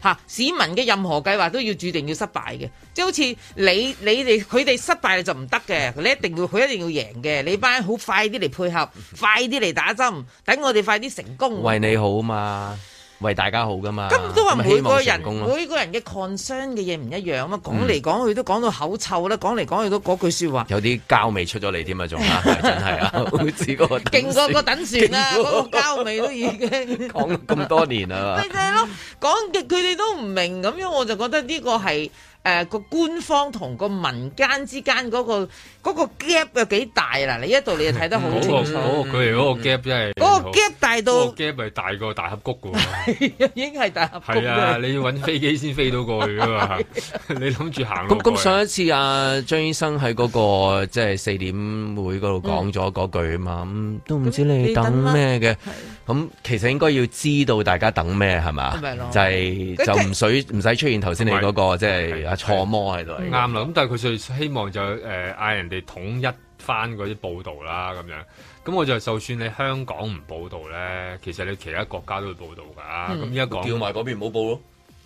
D: 嚇、市民嘅任何計劃都要注定要失敗嘅，即係好似你你哋佢哋失敗就唔得嘅，你一定要佢一定要贏嘅，你班好快啲嚟配合，快啲嚟打針，等我哋快啲成功。
B: 為你好嘛，為大家好噶嘛。
D: 咁都話
B: 咁啊希
D: 每個
B: 望
D: 人
B: 成功咯
D: 每個人嘅 concern 嘅嘢唔一樣啊嘛，講嚟講去都講到口臭啦，講嚟講去都嗰句説 話，
B: 有啲膠味出咗嚟添啊，仲啊，係真係啊，好似嗰個
D: 勁過個等船啦，
B: 勁
D: 嗰
B: 過
D: 個膠味都已經。
B: 講咗咁多年啊
D: 咪，就係咯，講嘅佢哋都唔明咁樣，我就覺得呢個係誒個官方同個民間之間嗰、個嗰、個 gap 有幾大啦？你一度你就睇得好
C: 嗰
D: 清
C: 個
D: 楚，
C: 嗰個哦佢哋
B: 嗯
C: 嗰個 gap 真係
D: 嗰個 gap 大到
C: 嗰個 gap 係大過大峽谷㗎喎，
D: 已經係大合谷
C: 係啊，
D: 啦。
C: 你要揾飛機先飛到過去㗎嘛， 你諗住行
B: 咁
C: 路過
B: 咁
C: 去
B: 上一次啊，張醫生喺嗰、個即係四點會嗰度講咗嗰句啊嘛，咁都唔知你等咩嘅，咁其實應該要知道大家等咩係嘛
D: 係咪咯，
B: 就係
D: 佢
B: 就唔使唔使出現頭先你嗰個即係
C: 係
B: 啊錯魔喺度嚟嘅，
C: 啱啦，咁但係佢最希望就誒嗌、人哋統一翻嗰啲報導啦，咁樣。咁我就就算你香港唔報導咧，其實你其他國家都會報導㗎。
D: 嗯
C: 咁依家
B: 叫
C: 講，
B: 埋嗰邊唔好報咯。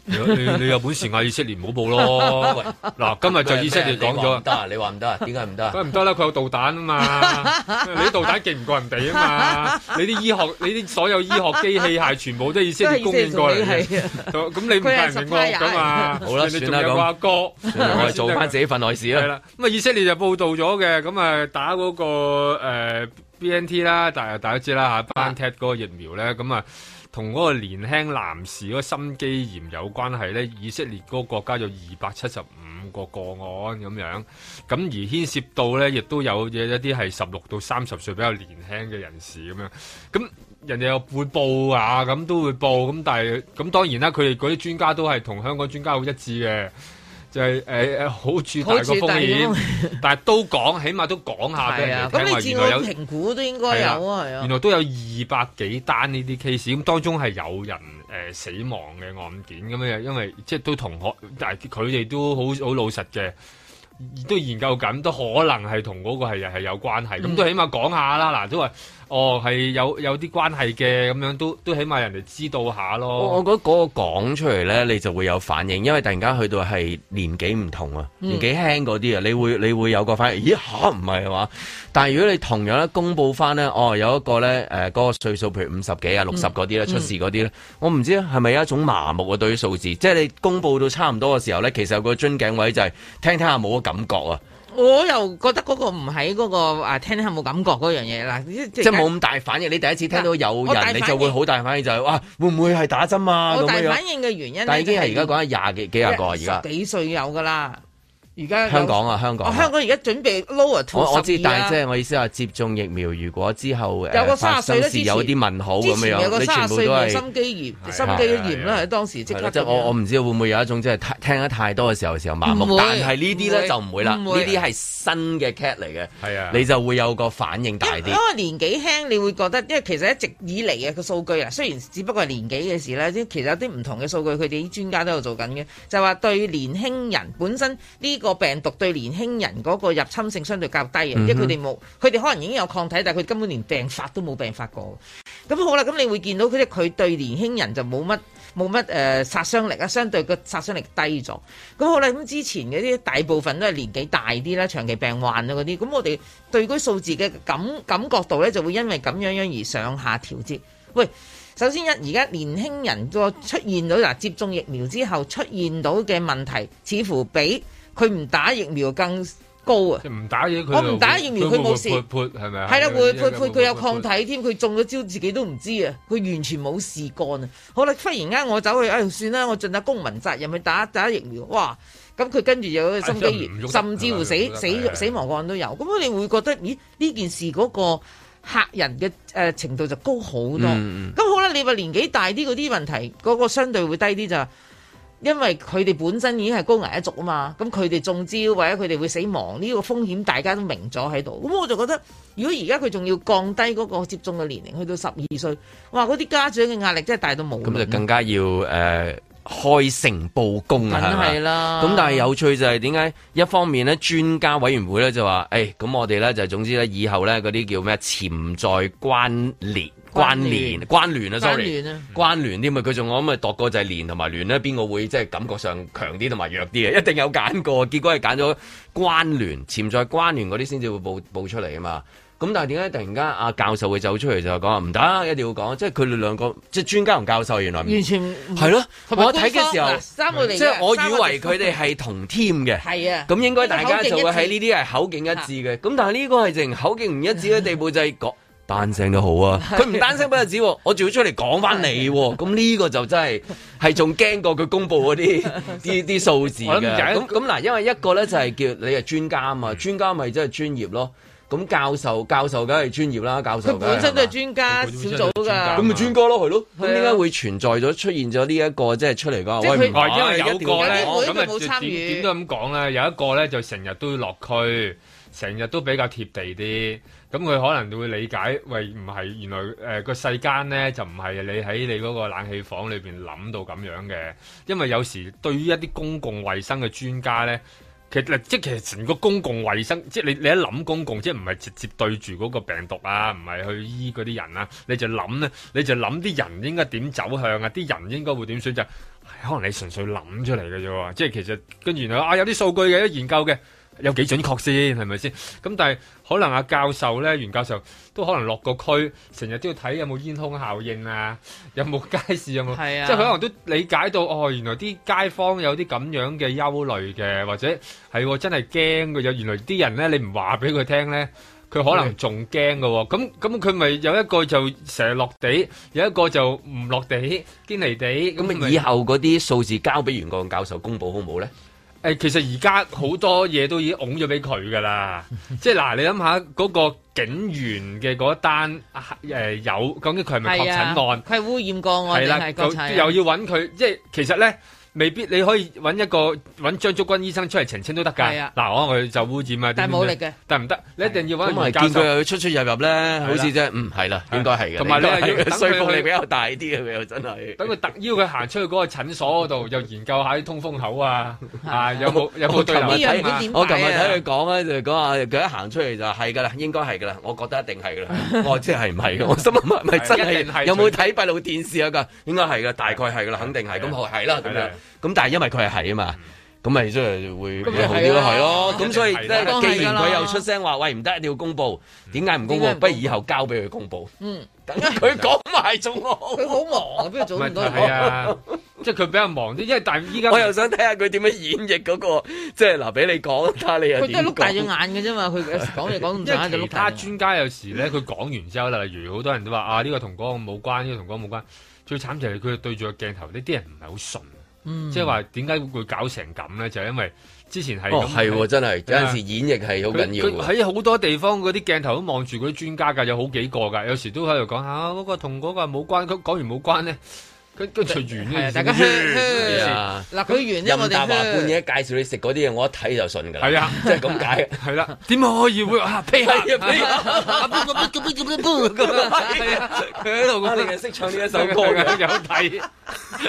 C: 你你你有本事嗌以色列唔好 報咯。嗱，今日就以色列講
B: 你話唔
C: 咗
B: 得，啊！你話唔得，啊？點解唔得？啊？
C: 梗係唔得啦，佢有導彈啊 嘛，你啲導彈勁唔過人哋啊嘛，你啲醫學，你啲所有醫學機器械全部都係以色列供應過嚟嘅。
D: 係啊
C: 咁你唔係人哋惡㗎嘛？
B: 佢係 supplier 好啦
C: 你仲
B: 算啦
C: 有個阿哥，
B: 我係做翻自己份內事
C: 係
B: 啦。
C: 啦，咁啊以色列就報道咗嘅，咁啊打嗰、個、呃、BNT 啦，大大家知啦嚇 b n t 嗰個疫苗咧，咁啊同嗰個年輕男士嗰個心肌炎有關係咧，以色列嗰個國家有二百七十五個個案咁樣，咁而牽涉到咧，亦都有有一啲係十六到三十歲比較年輕嘅人士咁樣，咁。人哋又會報啊，咁都會報，咁但係咁當然啦，佢哋嗰啲專家都係同香港專家好一致嘅，就係誒誒好處大過
D: 好
C: 風險
D: 處大過風，
C: 但係都講，起碼都講下
D: 啊
C: 俾
D: 係
C: 人
D: 啊，
C: 哋
D: 咁
C: 聽話，
D: 你自
C: 原來
D: 我
C: 有
D: 評估都應該有啊，係
C: 原
D: 啊。
C: 來都有二百幾單呢啲 case，咁當中係有人誒、呃死亡嘅案件咁樣，因為即係都同學，但係佢哋都好好老實嘅。都研究緊，都可能係同嗰個係係有關係，咁、
D: 嗯
C: 都起碼講下啦。嗱，都話哦，係有有啲關係嘅，咁樣都都起碼人哋知道下
D: 哦
B: 我我
C: 咯。
B: 覺得嗰個講出嚟咧，你就會有反應，因為突然間去到係年紀唔同啊，
D: 嗯
B: 年紀輕嗰啲啊，你會你會有個反應，咦吓唔係嘛？但係如果你同樣咧公佈翻咧，哦有一個咧誒嗰個歲數，譬如五十
D: 嗯
B: 幾啊、六十嗰啲咧出事嗰啲咧，我唔知係咪有一種麻木啊對於數字，即係你公佈到差唔多嘅時候咧，其實有個樽頸位就係聽聽下冇個感覺啊，
D: 我又覺得嗰個唔喺嗰個啊聽下冇感覺嗰樣嘢啦，即
B: 即
D: 即
B: 係冇咁大反應。你第一次聽到有
D: 我大反
B: 人，
D: 應
B: 你就會好大反應，就係哇會唔會係打針啊
D: 我
B: 咁
D: 大
B: 樣樣
D: 反應嘅原因呢，
B: 但已經係而
D: 就
B: 家講緊廿幾幾廿個啊而家
D: 十。幾歲有噶啦，而家有
B: 香港啊，香港
D: 哦
B: 啊。
D: 香港而家準備 lower to
B: 我我知，
D: 12
B: 但
D: 啦
B: 係即係我意思話，接種疫苗如果之後誒
D: 有個
B: 發
D: 30歲
B: 生
D: 咧
B: 事
D: 之前
B: 有啲問號咁
D: 之前有
B: 樣，
D: 個
B: 你全部
D: 三十
B: 都
D: 歲嘅
B: 係
D: 心肌炎，
C: 係
D: 心肌炎啦，
C: 係
D: 係當時即
B: 係
D: 刻
B: 啦即係
D: 咁樣
B: 我我唔知會唔會有一種即係太聽得太多嘅時候時候麻木
D: 唔，會
B: 但係呢啲
D: 唔
B: 咧
D: 會
B: 就唔會啦，呢
D: 唔會
B: 啲係新嘅 cat 嚟嘅，
C: 係啊
B: 你就會有個反應大
D: 因
B: 啲
D: 因。為年紀輕，你會覺得，因為其實一直以嚟嘅個數據啊，雖然只不過係年紀嘅事啦，即其實有啲唔同嘅數據，佢哋啲專家都有做緊嘅，就話對年輕人本身呢個病毒對年輕人嗰個入侵性相對較低啊
B: 嗯
D: 嘅，因為佢哋冇，佢哋可能已經有抗體，但係佢根本連病發都冇病發過。咁好啦，咁你會見到佢哋佢對年輕人就冇乜冇乜誒殺傷力啊，相對個殺傷力低咗。咁好啦，咁之前嗰啲大部分都係年紀大啲啦，長期病患啊嗰啲，咁我哋對嗰啲數字嘅感感覺度咧，就會因為咁樣樣而上下調節。喂，首先一而家年輕人個出現到嗱接種疫苗之後出現到嘅問題，似乎比佢唔打疫苗更高啊！
C: 即係唔打嘢佢就，
D: 我唔打疫苗佢冇事
C: 會潑潑係咪啊？
D: 係啦，會佢佢佢有
C: 抗
D: 抗體
C: 體。
D: 添，佢中咗招自己都唔知啊，佢完全冇事幹啊！好啦，忽然間我走去，哎算啦，我盡下公民責任去打打疫苗，哇！咁佢跟住又有心肌
C: 哎真係唔
D: 炎，
C: 喐得
D: 甚至乎死
C: 係咪係
D: 死
C: 係
D: 死亡個案都有。咁我哋會覺得，咦？呢件事嗰個嚇人嘅誒程度就高好多。咁、
B: 嗯
D: 好啦，你話年紀大啲嗰啲問題，嗰、個相對會低啲就係因為佢哋本身已經係高危一族啊嘛，咁佢哋中招或者佢哋會死亡呢、個風險，大家都明咗喺度。咁我就覺得，如果而家佢仲要降低嗰個接種嘅年齡去到十二歲，哇！嗰啲家長嘅壓力真係大到冇。
B: 咁就更加要誒、呃、開誠佈公
D: 梗
B: 啊，係咪
D: 係啦。
B: 咁但係有趣就係點解一方面咧，專家委員會咧就話，誒、咁我哋咧就總之咧，以後咧嗰啲叫咩潛在關聯、關
D: 關
B: 聯
D: 聯、
B: 關聯啊
D: 關
B: ，sorry，
D: 聯啊
B: 關聯添啊，佢仲我咁啊度過就係連同埋聯咧，邊個會即係感覺上強啲同埋弱啲嘅，一定有揀過，結果係揀咗關聯、潛在關聯嗰啲先至會報報出嚟啊嘛。咁但係點解突然間阿教授會走出嚟就講話唔得，一定要講，即係佢哋兩個即係專家同教授原來唔
D: 完全唔
B: 係咯，
D: 同埋啊
B: 我睇嘅時
D: 官
B: 候
D: 方嗱。三個嚟嘅，
B: 即係我
D: 三
B: 以
D: 個
B: 為
D: 地方
B: 佢哋係同 team 嘅。
D: 係啊，
B: 咁應該大家就會喺呢
D: 啲
B: 啲係口徑一致嘅，咁但係呢個係淨口徑唔一致嘅地步就係 講單聲都好啊，佢唔單聲不特止喎，我仲要出嚟講翻你 喎，咁呢個就真係係仲驚過佢公佈嗰 啲啲啲數字
C: 我
B: 嘅，
C: 諗就係
B: 咁咁嗱，因為一個咧就係叫你係專家啊
D: 嗯
B: 嘛，專家咪真係專業咯，咁教授教授梗係專業啦，教授
D: 佢
B: 梗係
D: 本身都係
B: 嘛
D: 專家
C: 佢
D: 小
C: 本身都係
D: 組
C: 專
D: 㗎
C: 家
B: 咁。咪專家咯，係咯，咁
D: 係啊
B: 點解會存在咗出現咗呢一個即係出嚟講
D: 即係
B: 話
D: 佢
B: 喂唔
C: 哦，
B: 係
C: 因為
D: 啊
C: 有
B: 一定要
C: 個咧，
D: 有啲會
C: 咁
D: 都冇
C: 啊
D: 參
C: 點
D: 與
C: 點都咁講啊咧，有一個咧就成日都要落區，成日都比較貼地啲，咁佢可能會理解，喂唔係原來呃誒個、世間咧就唔係你喺你嗰個冷氣房裏邊諗到咁樣嘅，因為有時對於一啲公共衛生嘅專家咧。其實即係其實成個公共衛生，即係你你一諗公共，即係唔係直接對住嗰個病毒啊，唔係去醫嗰啲人啊，你就諗咧，你就諗啲人應該點走向啊，啲人應該會點選擇，唉可能你純粹諗出嚟嘅啫喎，即係其實跟住然後啊有啲數據嘅，有啲研究嘅。有幾準確先係咪先？咁但係可能阿教授咧，袁教授都可能落個區，成日都要睇有冇煙囪效應啊，有冇街市有冇，
D: 係啊
C: 即係佢可能都理解到哦，原來啲街坊有啲咁樣嘅憂慮嘅，或者係喎真係驚嘅，有原來啲人咧你唔話俾佢聽咧。佢可能仲驚嘅喎，咁咁佢咪有一個就成日落地，有一個就唔落地，堅離地，咁
B: 咁
C: 咪
B: 啊，以後嗰啲數字交俾袁國勇教授公佈好唔好咧？
C: 誒，其實而家好多嘢都已經拱咗俾佢噶 啦，即係嗱，你諗下嗰個警員嘅嗰單誒、呃有，究竟佢係咪確
D: 係啊，
C: 診案？
D: 佢係污染個案
C: 係
D: 定
C: 啦，
D: 係確
C: 佢
D: 診？
C: 又要揾佢，即係其實咧，未必你可以揾一個揾張竹君醫生出嚟澄清都得
D: 係
C: 㗎
D: 啊。
C: 嗱，我佢就污染啊，
D: 但係
C: 點
D: 冇
C: 點
D: 力
C: 點，
D: 嘅，
C: 但唔得，你一定要
B: 咁
C: 揾
B: 咪見
C: 袁教授
B: 佢。又出出入入咧，好似啫，嗯，係啦，應該係嘅。
C: 同埋你
B: 應該係
C: 又要
B: 嘅
C: 等
B: 說
C: 佢
B: 服力
C: 去
B: 比較大啲嘅，佢又真係。
C: 等佢特邀佢行出去嗰個診所嗰度，又研究下啲通風 口啊，啊有冇有
B: 我
C: 冇
B: 琴
C: 對
B: 日
D: 呢樣
C: 流通
D: 嘢
C: 啊
D: 點？
B: 我琴日睇佢講咧，就講話佢一行出嚟就係㗎啦，應該係㗎啦，我覺得一定係㗎啦。我即係唔係㗎？我心諗係咪真
C: 一定
B: 係
C: 係
B: 有冇睇閉路電視啊？㗎應該係㗎，大概係㗎啦，肯定係。咁
C: 係啊
B: 我係啦，咁
C: 係
B: 樣
C: 啦。
B: 咁但係因為佢係係啊嘛。咁咪即係會
D: 咁咪
B: 會好啲咯，
D: 係啊
B: 係咯。咁所以
C: 係
B: 即
C: 啦
B: 係既然
D: 當係
B: 佢
D: 㗎啦
B: 又出聲話，喂唔得，一定要公佈，點解唔公
D: 點解
B: 佈？
D: 唔
B: 不
D: 公
B: 如
D: 佈
B: 以後交俾佢公佈。
D: 嗯，
B: 等佢講埋仲好。
D: 佢好忙，邊度做
C: 咪
D: 唔到？
C: 係啊，即係佢比較忙啲，因為但係依家
B: 我又想睇下佢點樣演繹嗰、個，即係嗱，俾你講，睇下你又
D: 佢都係
B: 點
D: 碌大隻眼
B: 講。
D: 嘅啫嘛，佢有時 講嘢講唔
C: 因
D: 上就
C: 為
D: 碌
C: 其
D: 大
C: 他
D: 隻眼。
C: 專家有時咧，佢講完之後啦，例如好多人都話啊，呢、個同嗰個冇關，呢、個同嗰個冇關。最慘就係佢對住個鏡頭，呢啲人唔係好信，
B: 嗯
C: 即係話點解會搞成咁咧？就係因為之前係
B: 哦，
C: 咁啊
B: 係喎，真係有陣時演繹係好緊要啊
C: 佢佢
B: 喎。
C: 喺好多地方嗰啲鏡頭都望住嗰啲專家㗎，有好幾個㗎，有時都喺度講下啊嗰、個同嗰個冇關，佢講完冇關咧，佢跟住完
D: 係啊
C: 咧，
D: 大家嘘嘘
B: 係啊
D: 嗱，佢完咧，
B: 任
D: 我哋
B: 達華半
D: 去
B: 夜介紹你食嗰啲嘢，我一睇就信㗎啦。
C: 係啊
B: 即係咁解。
C: 係啦，點可以會啊 屁啊
B: 係啊，
C: 係啊，佢喺度
B: 你
C: 咁
B: 係
C: 樣
B: 識唱呢一首歌 嘅，
C: 啊有睇。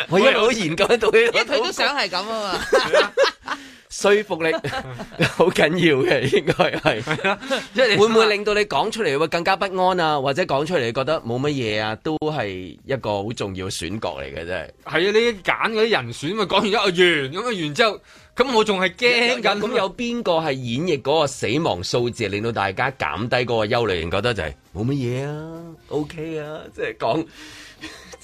B: 我一路研究到呢
D: 因 為佢都想係咁 啊嘛。
B: 說服力好緊要嘅，應該
C: 啊
B: 係。會唔會令到你講出嚟會更加不安啊？或者講出嚟你覺得冇乜嘢啊？都係一個好重要嘅選角嚟嘅，真係。
C: 係啊，你揀嗰啲人選咪講完一個完咁啊，完之後咁我仲係 驚緊
B: 咁 有邊個係演繹嗰個死亡數字，令到大家減低嗰個憂慮，然覺得就係冇乜嘢啊，OK 啊，即係講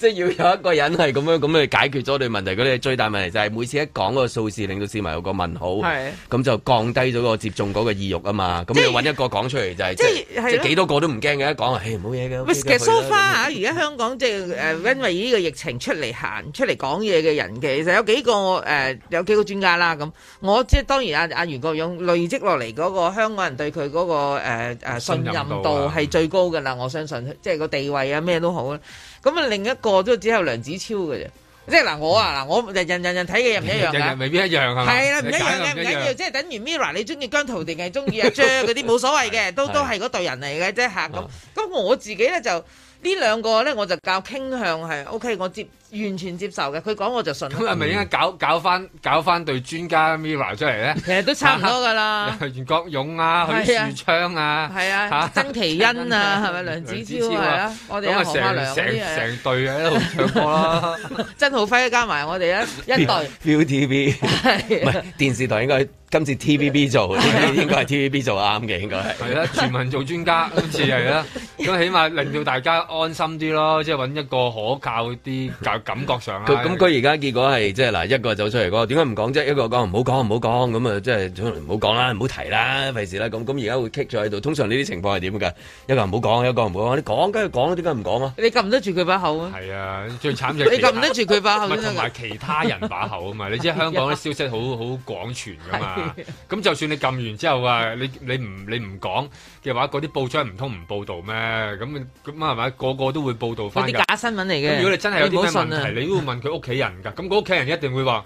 B: 即係要有一個人係咁樣咁去解決咗對問題。嗰啲最大問題就係每次一講個數字，令到市民有個問號
D: 係，
B: 咁就降低咗個接種嗰個意欲啊嘛。咁
D: 即係
B: 你揾一個講出嚟就係即
D: 即係
B: 係
D: 係
B: 即係
D: 咯
B: 幾多個都唔驚嘅，一講唉冇嘢嘅。
D: 喂，
B: OK
D: 其
B: 嘅
D: 實 so
B: 去
D: far
B: 啦
D: 啊，而家香港即係誒，因為呢個疫情出嚟行、出嚟講嘢嘅人嘅，其實有幾個誒、呃有幾個專家啦咁。我即係當然啊，阿袁國勇累積落嚟嗰個香港人對佢嗰、個誒、呃、信任
C: 信任度
D: 度
C: 啊
D: 係最高㗎啦，我相信即係個地位啊咩都好啦。咁啊，另一個都只有梁子超嘅啫。即係嗱，我啊嗱，我人人人 人睇嘅嘢唔一樣㗎。
C: 日日未必一樣，係嘛？
D: 係啦，唔一樣
C: 你解又唔
D: 嘅，唔緊
C: 一樣。
D: 要，即係等於 Mira，你中意姜濤定係中意阿 J 嗰啲冇所謂嘅，都
B: 係
D: 都係嗰隊人嚟嘅啫嚇。
C: 哦
D: 咁咁我自己咧就呢兩個咧，我就較傾向係 OK，我接完全接受嘅。佢講我就信啦，
C: 咁係咪應該搞-搞返-搞返對專家Mirror出嚟呢？
D: 其實都差唔多噶啦。
C: 袁國勇啊，
D: 係啊。
C: 許樹昌啊，
D: 係
C: 嚇
D: 啊，曾其欣啊，係咪梁子超
C: 梁子超啊，
D: 係啊？我哋
C: 咁啊，
D: 啊，何柏良嗰
C: 成-成-
D: 啲係啊
C: 成隊喺度唱歌啦。
D: 曾浩輝加埋我哋 啊，一隊
B: ViuTV 唔
D: 係
B: 係電視台應該今次 TVB 做，應該係 TVB 做啱嘅，應該係。
C: 係啦，全民做專家，今次係啦，咁起碼令到大家安心啲咯，即係揾一個可靠啲，感感覺上啦
B: 佢咁佢而家結果係即係嗱，一個走出嚟講，點解唔講啫？一個講唔好講，唔好講咁啊，即係 唔好講啦，唔好提啦，費事啦。咁咁而家會棘咗喺度。通常呢啲情況係點㗎？一個唔好講，一個唔好講。你講梗係講啦，點解唔講啊？
D: 你撳得住佢把口啊？
C: 係啊，最慘就係
D: 你
C: 其他
D: 撳得住佢把口
C: 唔係
D: 先得
C: 同
D: 㗎
C: 埋。其他人把口 啊嘛，你知香港啲消息好 好廣傳噶嘛，咁就算你撳完之後啊，你你唔你唔講嘅話，嗰啲報章唔通唔報導咩？咁咁啊係咪個個都會報導
D: 嗰
C: 翻㗎
D: 啲？假新聞嚟
C: 咁
D: 嘅。
C: 如果你真係有啲
D: 唔好
C: 咩
D: 信啊
C: 問題，你都會問佢屋企人㗎。咁佢屋企人一定會話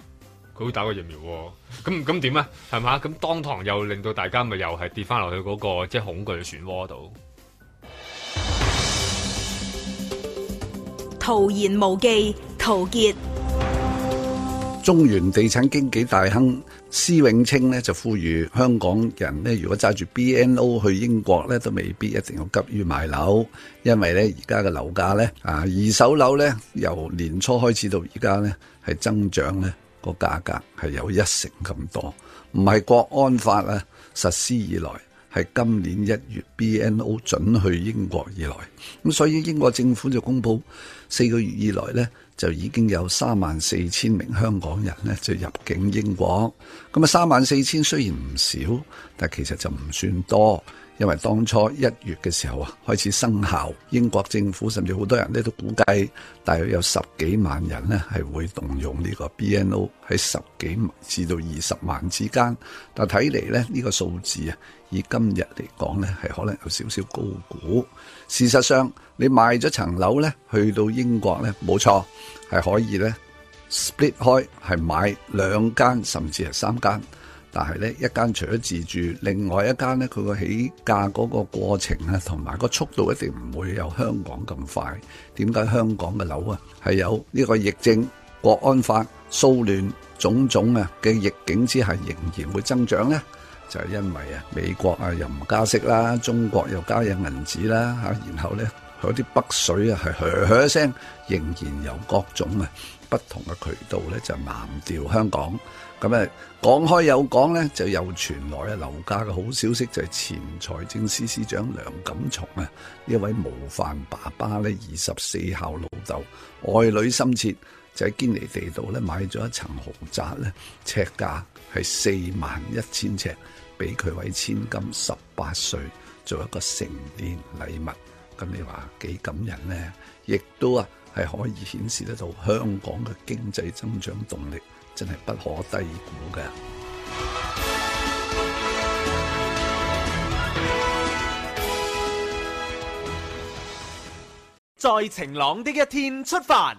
C: 佢會打過疫苗喎。咁咁點啊？係嘛？咁當堂又令到大家咪又係跌翻落去嗰、個即係恐懼嘅漩渦度。
I: 徒言無忌，陶傑。
J: 中原地產經紀大亨施永青呢，就呼籲香港人呢，如果揸住 BNO 去英國呢，都未必一定要急於買樓，因為呢而家嘅樓價呢，啊二手樓呢，由年初開始到而家呢，係增長呢個價格係有一成咁多，唔係國安法啊實施以來。係今年一月 BNO 準去英國以來，咁所以英國政府就公布四個月以來呢，就已經有三萬四千名香港人呢就入境英國。咁啊，三萬四千雖然唔少，但其實就唔算多，因為當初一月嘅時候啊開始生效，英國政府甚至好多人呢都估計大約有十幾萬人呢係會動用呢個 BNO 喺十幾萬至到二十萬之間，但睇嚟呢，呢個數字啊。以今日嚟講呢，係可能有少少高估。事實上，你賣咗層樓呢，去到英國呢，冇錯係可以呢 split 開，係買兩間甚至係三間。但係呢，一間除咗自住，另外一間呢，佢個起價嗰個過程啊，同埋個速度一定唔會有香港咁快。點解香港嘅樓啊係有呢個疫症、國安法、騷亂種種啊嘅逆境之下，仍然會增長呢？就係因為啊美國啊又唔加息啦，中國又加印銀紙啦嚇，然後咧嗰啲北水啊係噓噓聲，仍然有各種啊不同嘅渠道咧就南調香港。咁啊講開有講咧，就又傳來啊樓價嘅好消息，就係前財政司司長梁錦松啊呢位模範爸爸咧，二十四孝老豆，愛女心切。就喺堅尼地道咧買咗一層豪宅咧，尺價係四萬一千尺，俾佢位千金十八歲做一個成年禮物。咁你話幾感人呢？亦都啊係可以顯示得到香港嘅經濟增長動力真係不可低估嘅。
E: 在晴朗的一天出發。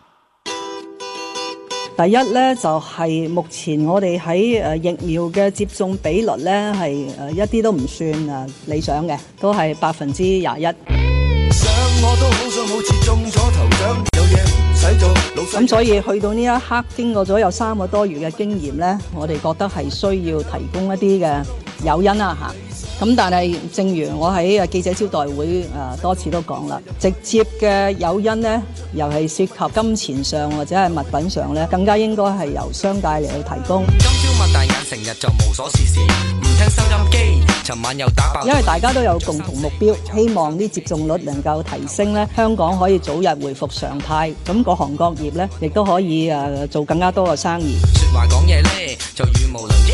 K: 第一咧就係、目前我哋喺誒疫苗嘅接種比率咧係誒一啲都唔算誒理想嘅，都係百分之廿一。咁所以去到呢一刻，經過咗有三個多月嘅經驗呢，我哋覺得係需要提供一啲嘅誘因啦嚇。咁但係正如我喺呃誒記者招待會誒、呃多次都講啦，直接嘅誘因呢，尤其涉及金錢上或者係物品上呢，更加應該係由商界嚟去提供。
L: 今朝擘大眼，成日就無所事事，唔聽收音機，尋晚又打爆，
K: 因為大家都有共同目標，希望啲接種率能夠提升咧，香港可以早日回復常態，咁各行各業咧亦都可以誒做更加多嘅生意。
L: 説話講嘢咧就語無倫次，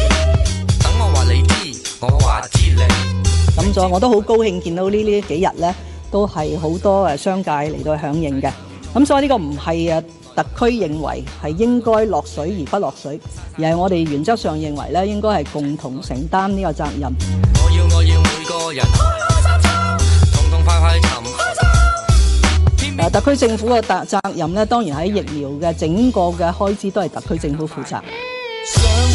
L: 等我話你知，我話知你。
K: 咁所以我都好高興見到呢呢幾日呢，都係好多誒商界嚟到響應嘅。咁所以呢個唔係誒呃特區認為係應該落水而不落水，而係我哋原則上認為呢應該係共同承擔呢個責任。
L: 我要我要每個人痛痛快快尋。
K: 誒呃特區政府嘅責責任呢，當然喺疫苗嘅整個嘅開支都係特區政府負責。
M: 想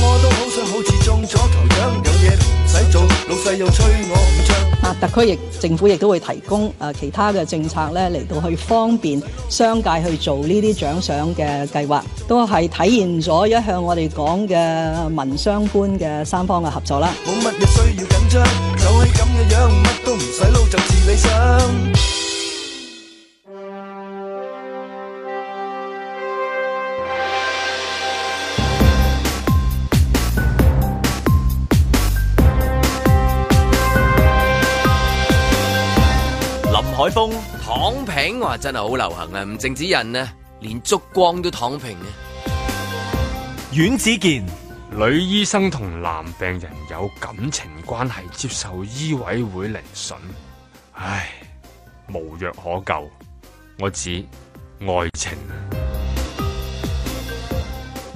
M: 我都好想好似中咗頭獎，有嘢唔使做，老細又催我唔唱。
K: 啊，特區亦政府亦都會提供誒、呃其他嘅政策咧，嚟到去方便商界去做呢啲獎賞嘅計劃，都係體現咗一向我哋講嘅民商官嘅三方嘅合作啦。
M: 冇乜嘢需要緊張，就係咁嘅樣，乜都唔使撈就自理想。
B: 林海峰躺平話真係好流行啊！唔淨止人啊，連燭光都躺平啊！
A: 阮子健，
C: 女醫生同男病人有感情關係，接受醫委會聆訊，唉，無藥可救。我指愛情啊！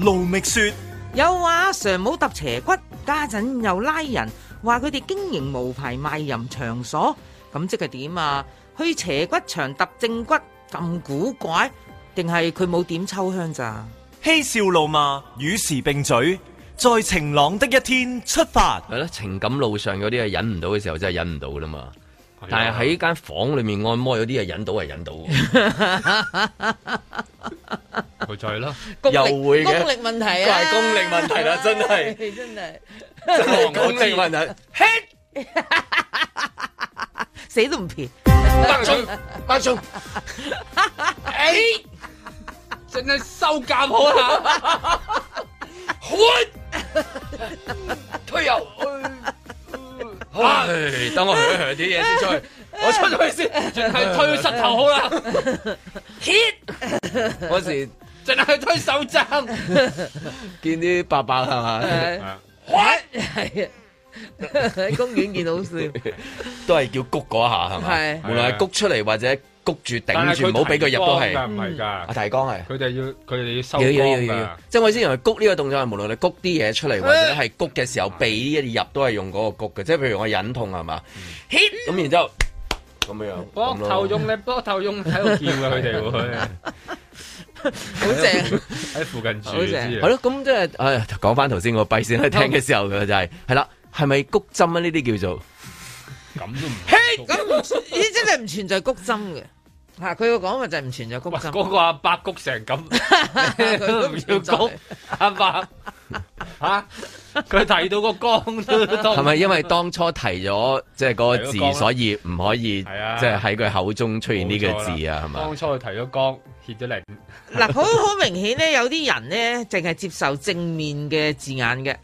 A: 盧觅雪，
D: 有話阿 Sir 冇揼邪骨，家陣又拉人，話佢哋經營無牌賣淫場所，咁即係點啊？去邪骨場揼正骨咁古怪，定係佢冇點抽香咋？
A: 嬉笑怒罵，與時並舉，在晴朗的一天出發。
B: 係咯，情感路上嗰啲係忍唔到嘅時候，真係忍唔到噶啦嘛。但係喺啊間房裏面按摩有啲係忍到係忍到喎，
C: 佢就係 咯，
B: 又會嘅
D: 功力問題
B: 怪
D: 啊，
B: 功力問題啦真係
D: 真係
B: 真 係功力問題。
D: 死都唔撇。
B: 白中白中，
C: 哎，真係收夾好啊！好推油，
B: 唉，哎等我響響啲嘢先 出去，我出咗去先，
C: 淨係推膝頭好啦。
B: 嗰時
C: 淨係推手踭，
B: 見啲伯伯係
D: 係
B: 嘛，
D: 係啊，喺 公園見到好笑。
B: 都係叫谷嗰下係
D: 係
B: 嘛，無論係谷出嚟或者谷住頂住，唔好俾佢入都係。
C: 唔係㗎，
B: 阿提江係。
C: 佢哋要佢哋要收
B: 要要要
C: 光
B: 要
C: 㗎
B: 要。，即係我之前係谷呢個動作係無論你谷啲嘢出嚟，或者係谷嘅時候俾一啲入都係用嗰個谷嘅，即係譬如我忍痛係嘛，咁然之後咁樣
C: 膊
B: 咁
C: 頭
B: 咯
C: 用力，膊頭用力喺度叫嘅佢 哋會，好
D: 正
C: 喺附近住
B: 好正，
C: 知
B: 係
C: 啊
B: 咯，咁即係，唉，講翻頭先我閉線去聽嘅時候，佢就係係啦，係咪谷針啊？呢啲叫做
C: 咁都唔
D: 嘿，咁唔存呢真係唔存在谷針嘅。嚇，佢個講法就係唔存在谷
C: 哇！
D: 針。
C: 嗰個阿伯谷成咁，
D: Ờ, ừ,
C: 都唔要谷阿伯嚇，佢提到個光都都
B: 係咪因為當初提咗即係嗰個
C: 提
B: 字，
C: 咗光啦
B: 所以唔可以即
C: 係啊
B: 係喺佢口中出現呢個
C: 冇錯啦
B: 字啊？係嘛
C: 當？初佢提咗光，歇咗零，
D: 嗱，好好明顯咧，有啲人咧淨係接受正面嘅字眼嘅，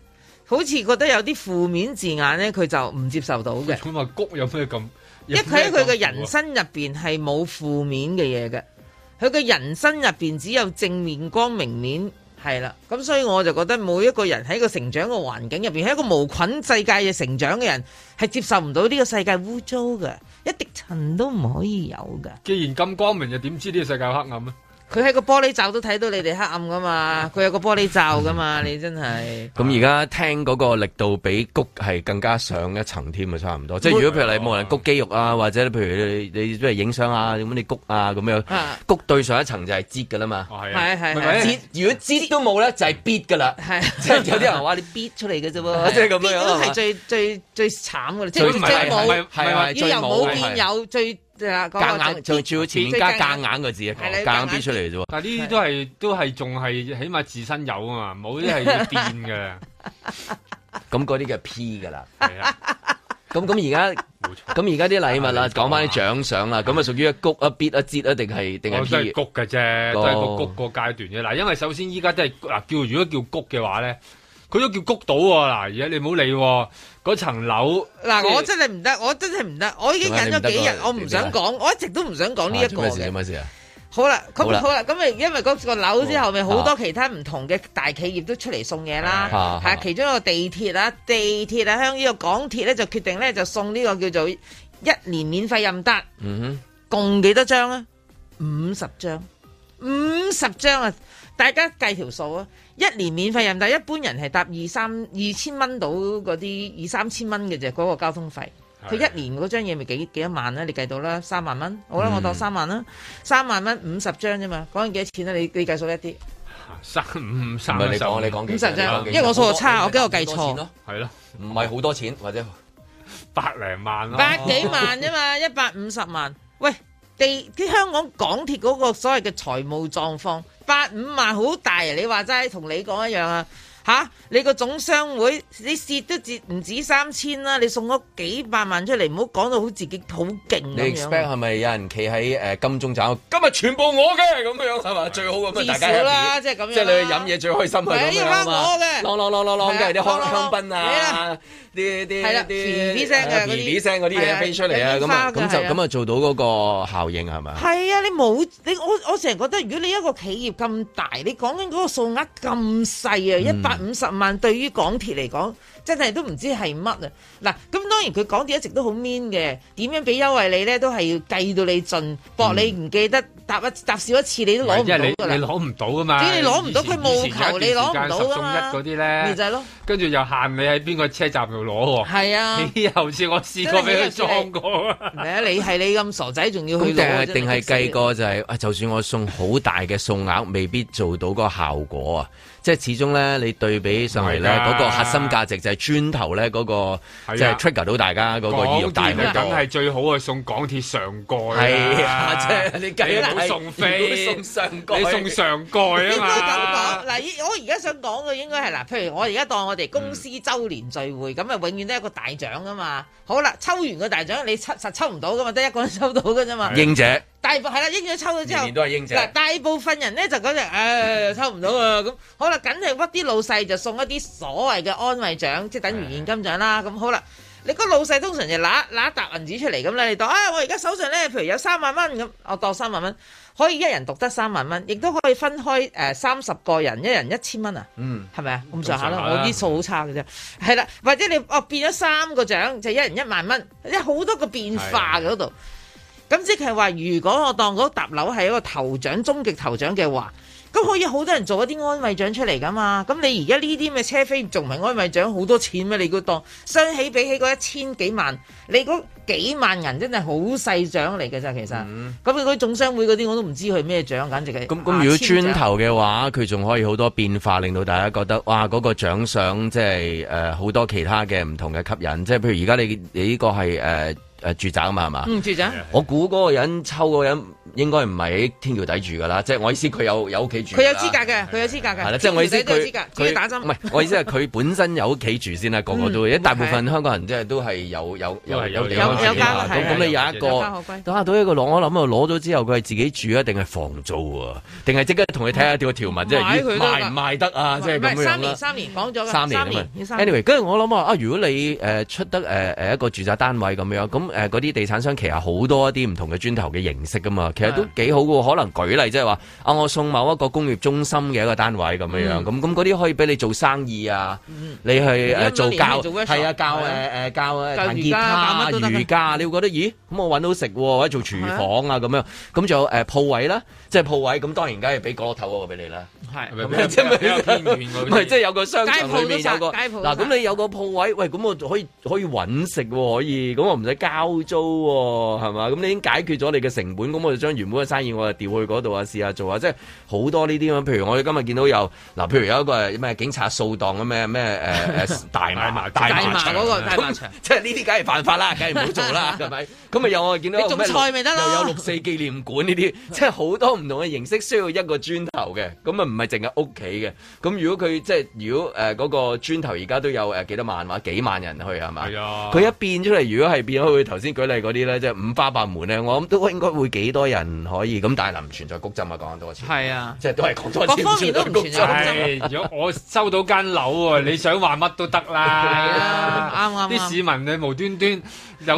D: 好似覺得有啲負面字眼咧，佢就唔接受到嘅。
C: 咁啊谷有咩咁？
D: 因為佢喺佢嘅人生入邊係冇負面嘅嘢嘅，佢嘅人生入邊只有正面光明面係啦。咁所以我就覺得每一個人喺個成長嘅環境入邊，喺一個無菌世界嘅成長嘅人，係接受唔到呢個世界污糟嘅，一滴塵都唔可以有嘅。
C: 既然咁光明，又點知呢個世界有黑暗咧？
D: 佢喺個玻璃罩都睇到你哋黑暗噶嘛，佢有個玻璃罩噶嘛，你真係
B: 咁而家聽嗰個力度比谷係更加上一層添啊，差唔多。即係如果譬如你冇人谷肌肉啊，或者譬如你你即係影相啊，咁你谷啊咁樣
D: 啊，
B: 谷對上一層就係擠噶啦嘛。
C: 哦係
D: 係係
B: 唔係
D: 係
B: 擠如果擠都冇咧，就係 bit 噶啦。
D: 係
B: 即係有啲人話
D: 你逼出嚟嘅啫
B: 啊
D: 喎，
B: 即係咁樣
D: 逼
B: 啊
D: 都
B: 係嘛
D: 係最最最慘嘅，即
B: 最
D: 係
B: 唔
D: 最
B: 係
C: 唔係
D: 冇
C: 唔係話
D: 要
B: 最
D: 由冇
B: 冇
D: 變
B: 係
D: 有最啊嗰
B: 夾
D: 個
B: 硬，最主要前面加夾硬個字啊，
D: 係啦
B: 夾硬 bit 出嚟嘅啫喎。
C: 但係呢啲都係都係仲係起碼自身有啊嘛，冇啲係要變嘅，
B: 咁嗰啲叫 P 噶啦。
C: 係啦，
B: 咁咁而家
C: 冇錯。
B: 咁而家啲禮物啦，講翻啲獎賞啦，咁啊屬於一谷一 bit 一折啊，定係定
D: 哦
C: 我都
B: 係
C: 係
B: P？
C: 谷嘅啫，都係個谷個階段啫。嗱，因為首先依家都係嗱叫，如果叫谷嘅話咧，佢都叫谷到喎。嗱，而家你唔好理喎嗰層樓。即
D: 嗱，
C: 係
D: 我真係唔得，我真係唔得，我已經忍咗幾
C: 點
D: 日
C: 解你唔得，㗎
D: 我唔想講，我一直都唔想講呢一個
B: 咩事？
D: 嘅
B: 做。咩事啊？
D: 好啦，咁
B: 好啦
D: 好啦，咁咪因為嗰個樓之後，咪好多
B: 啊
D: 其他唔同嘅大企業都出嚟送嘢啦，
B: 啊啊
D: 係其中一個地鐵啦，地鐵啊，香呢個港鐵咧就決定咧就送呢個叫做一年免費任單，
B: 嗯
D: 共幾多張啊？五十張，五十張啊！大家計條數啊！一年免費任單，一般人係搭二三二千蚊到嗰啲二三千蚊嘅啫，嗰、個交通費。佢
N: 係
D: 一年嗰張嘢咪幾幾多萬啊咧？你計到啦，三萬蚊。好啦，我當
C: 嗯
D: 三萬啦，三萬蚊五十張啫嘛。講緊幾多錢啊？你你計數一啲，
C: 三五三
B: 唔係你講你講
D: 五
B: 幾
D: 十
B: 錢
D: 張，
B: 你講幾
D: 因為我數學差，我
B: 好多
D: 驚我計
B: 好多錢
D: 錯
B: 咯。
C: 係咯，
B: 唔係好多錢或者
C: 百零萬
B: 哦
C: 咯，
D: 百幾萬 啫嘛，一百五十萬。喂，地啲香港港鐵嗰個所謂嘅財務狀況，八五萬好大啊！你話齋同你講一樣啊。吓，你個總商會你蝕都折唔止三千啦，你送咗幾百萬出嚟，唔好講到好自己好勁
B: 你
D: 嗯咁啊
B: expect
D: 樣。
B: 係咪有人企喺誒金鐘站？今日全部我嘅咁樣係嘛？最好咁啊！大家
D: 至少啦
B: happy
D: 即係咁啊樣啦
B: 即係你去飲嘢最開心係咁樣啊嘛！啷啷啷啷啷，跟住啲香香檳啊，啲啲
D: 係啦
B: 啲
D: ，B B 聲嘅嗰啲
B: BB 聲嗰啲嘢飛出嚟啊！咁啊，咁就咁啊，做到嗰個效應係嘛？
D: 係啊，你冇你我我成日覺得，如果你一個企業咁大，你講緊嗰個數額咁細啊，
B: 嗯
D: 一百五十萬對於港鐵嚟講，真係都唔知係乜啊！嗱，咁當然佢港鐵一直都好 mean 嘅，點樣俾優惠你咧，都係要計到你盡，搏你
B: 嗯
D: 唔記得搭一搭少一次你都攞唔
C: 因為
D: 到㗎
C: 你你
D: 啦。
C: 攞唔到噶嘛，
D: 點解你攞唔到
C: 以前
D: 佢冇
C: 以前有
D: 求
C: 一
D: 你
C: 段
D: 攞唔
C: 時間
D: 到
C: 十
D: 㗎
C: 送一
D: 嘛
C: 嗰啲咧，
D: 咪就係咯，
C: 跟住又限你喺邊個車站度 攞喎，
D: 係啊
C: 豈有此我試過俾佢撞過啊，
D: 唔係啊，你係你咁傻仔，仲要
B: 咁
D: 去
B: 定係
D: 攞
B: 定係計過就係、啊，就算我送好大嘅數額，未必做到個效果啊！即係始終咧，你對比上嚟咧，
C: 唔係㗎
B: 嗰個核心價值就係磚頭咧，嗰、個
C: 啊
B: 即係 trigger 到大家嗰個意欲大
C: 港鐵
B: 好
C: 啊梗
B: 多。
C: 係最好啊，送港鐵上蓋啊
B: 係啊，即係你計
C: 你唔好送飛，
B: 你唔好送上蓋
C: 你送上蓋啊
D: 應該咁
C: 嘛。
D: 講，嗱，依我而家想講嘅應該係嗱，譬如我而家當我哋公司周年聚會，咁啊、永遠都係一個大獎噶嘛。好啦，抽完個大獎，你抽實抽唔到噶嘛，得一個人抽到噶啫嘛。
B: 英姐，
D: 大部係啦，英咗抽咗之後，
B: 年年都係英姐
D: 嗱，大部分人咧就嗰只誒抽唔到啊，咁好啦，梗係屈啲老細就送一啲所謂嘅安慰獎，即係等於現金獎啦。咁好啦，你個老細通常就揦揦一沓銀紙出嚟咁咧，你當啊、我而家手上咧，譬如有三萬蚊咁，我當三萬蚊，可以一人獨得三萬蚊，亦都可以分開誒三十個人，一人一千蚊啊。
B: 嗯，
D: 係咪啊？咁上下
B: 咁
D: 啦，
B: 上下
D: 我
B: 啦
D: 啲數好差嘅啫。係啦，或者你哦變咗三個獎，就一
B: 嗯
D: 人一萬蚊，有好多個變化
B: 啊
D: 嘅嗰度。咁即係話，如果我當嗰沓樓係一個頭獎、終極頭獎嘅話，咁可以好多人做一啲安慰獎出嚟噶嘛？咁你而家呢啲咩車飛仲唔係安慰獎好多錢咩？你估當相起比起嗰一千幾萬，你嗰幾萬銀真係好細獎嚟嘅咋其實。咁佢嗰啲總商會嗰啲我都唔知佢咩獎，簡直係咁
B: 嗯咁如果磚頭嘅話，佢仲可以好多變化，令到大家覺得哇，嗰、個獎賞即係誒好多其他嘅唔同嘅吸引，即係譬如而家你你呢個係誒誒住宅啊嘛，係嘛？
D: 嗯，住長。
B: 我估嗰個人抽嗰個人應該唔係喺天橋底住㗎啦，即係我意思佢有 有屋企住㗎
D: 佢
B: 啦。
D: 有資格嘅，佢有資格嘅。
B: 係啦，即係我意思
D: 條仔都有
B: 佢
D: 資格，只要
B: 佢
D: 打針。
B: 唔係我意思係佢本身有屋企住先啦，個個都，
D: 嗯
B: 因為大部分香港人即係都係有有有有地方
D: 有有
B: 住啦
D: 家
B: 咁
D: 係
B: 咁你
D: 有
B: 有一
D: 有家可
B: 個
D: 歸
B: 打到一個攞，我諗啊攞咗之後佢係自己住啊，定係房租啊，定係即刻同佢睇下條條文即係
D: 嗯買佢
B: 咦
D: 都得
B: 賣唔賣得啊，即係
D: 唔
B: 咁
D: 係
B: 樣
D: 三
B: 啦
D: 年，三年講咗㗎，
B: 三年啊
D: 要
B: 嘛
D: 三年。
B: anyway，跟住我諗啊，啊如果你誒、呃出得誒誒、呃一個住宅單位咁樣，咁誒嗰啲地產商旗下好多一啲唔同嘅磚頭嘅形式噶嘛，其實
D: 啊
B: 都幾好嘅喎。可能舉例即係話啊，我送某一個工業中心嘅一個單位咁樣樣，咁咁嗰啲可以俾你做生意啊，你去誒、呃
D: 嗯你
B: 做
D: 一年可
B: 教
D: 以做 workshop，
B: 係啊教誒誒、
D: 係啊
B: 呃教誒
D: 教
B: 彈
D: 瑜
B: 吉
D: 伽
B: 他啊
D: 教乜都得㗎嗯
B: 瑜伽，你會覺得咦咁我揾到食喎，或者做廚房啊咁樣，咁仲有誒鋪位啦，即係鋪位咁當然梗係俾角落頭嗰個俾你啦。
D: 係
B: 咁即係
C: 比較偏遠嗰啲
B: 唔係即係有個商場裏面
D: 街鋪都
B: 有個
D: 晒街鋪都
B: 嗱，咁你有個鋪位，喂，咁我可以可以揾食喎，可以，咁我唔使交租喎，係嘛？咁你已經解決咗你嘅成本，咁我就將原本嘅生意我就調去嗰度啊，試下做啊，即係好多呢啲咁。譬如我哋今日見到有嗱，譬如有一個係咩警察掃蕩嘅咩咩誒 誒大麻
D: 大麻嗰個大麻場
B: 咁即係呢啲梗係犯法啦，梗係唔好做 啦，係咪？咁咪有我見到
D: 你種
B: 咩
D: 菜咪得咯
B: 又有六四紀念館呢啲， 即係好多唔同嘅形式需要一個磚頭嘅，咁啊唔係淨係屋企嘅。咁如果佢即係如果誒嗰、個磚頭而家都有呃誒幾多萬話幾萬人去係嘛？係
C: 啊
B: 佢一變出嚟，如果係變開佢頭先舉例嗰啲咧，即係五花八門咧，我諗都應該會幾多人人可以咁，但係唔存在谷針啊！講多次，
D: 係啊，
B: 即係都係講多次，
C: 唉如果我收到間樓喎，你想話乜都得
B: 啊
C: 啦。
D: 啊啱啱
C: 啲市民你無端端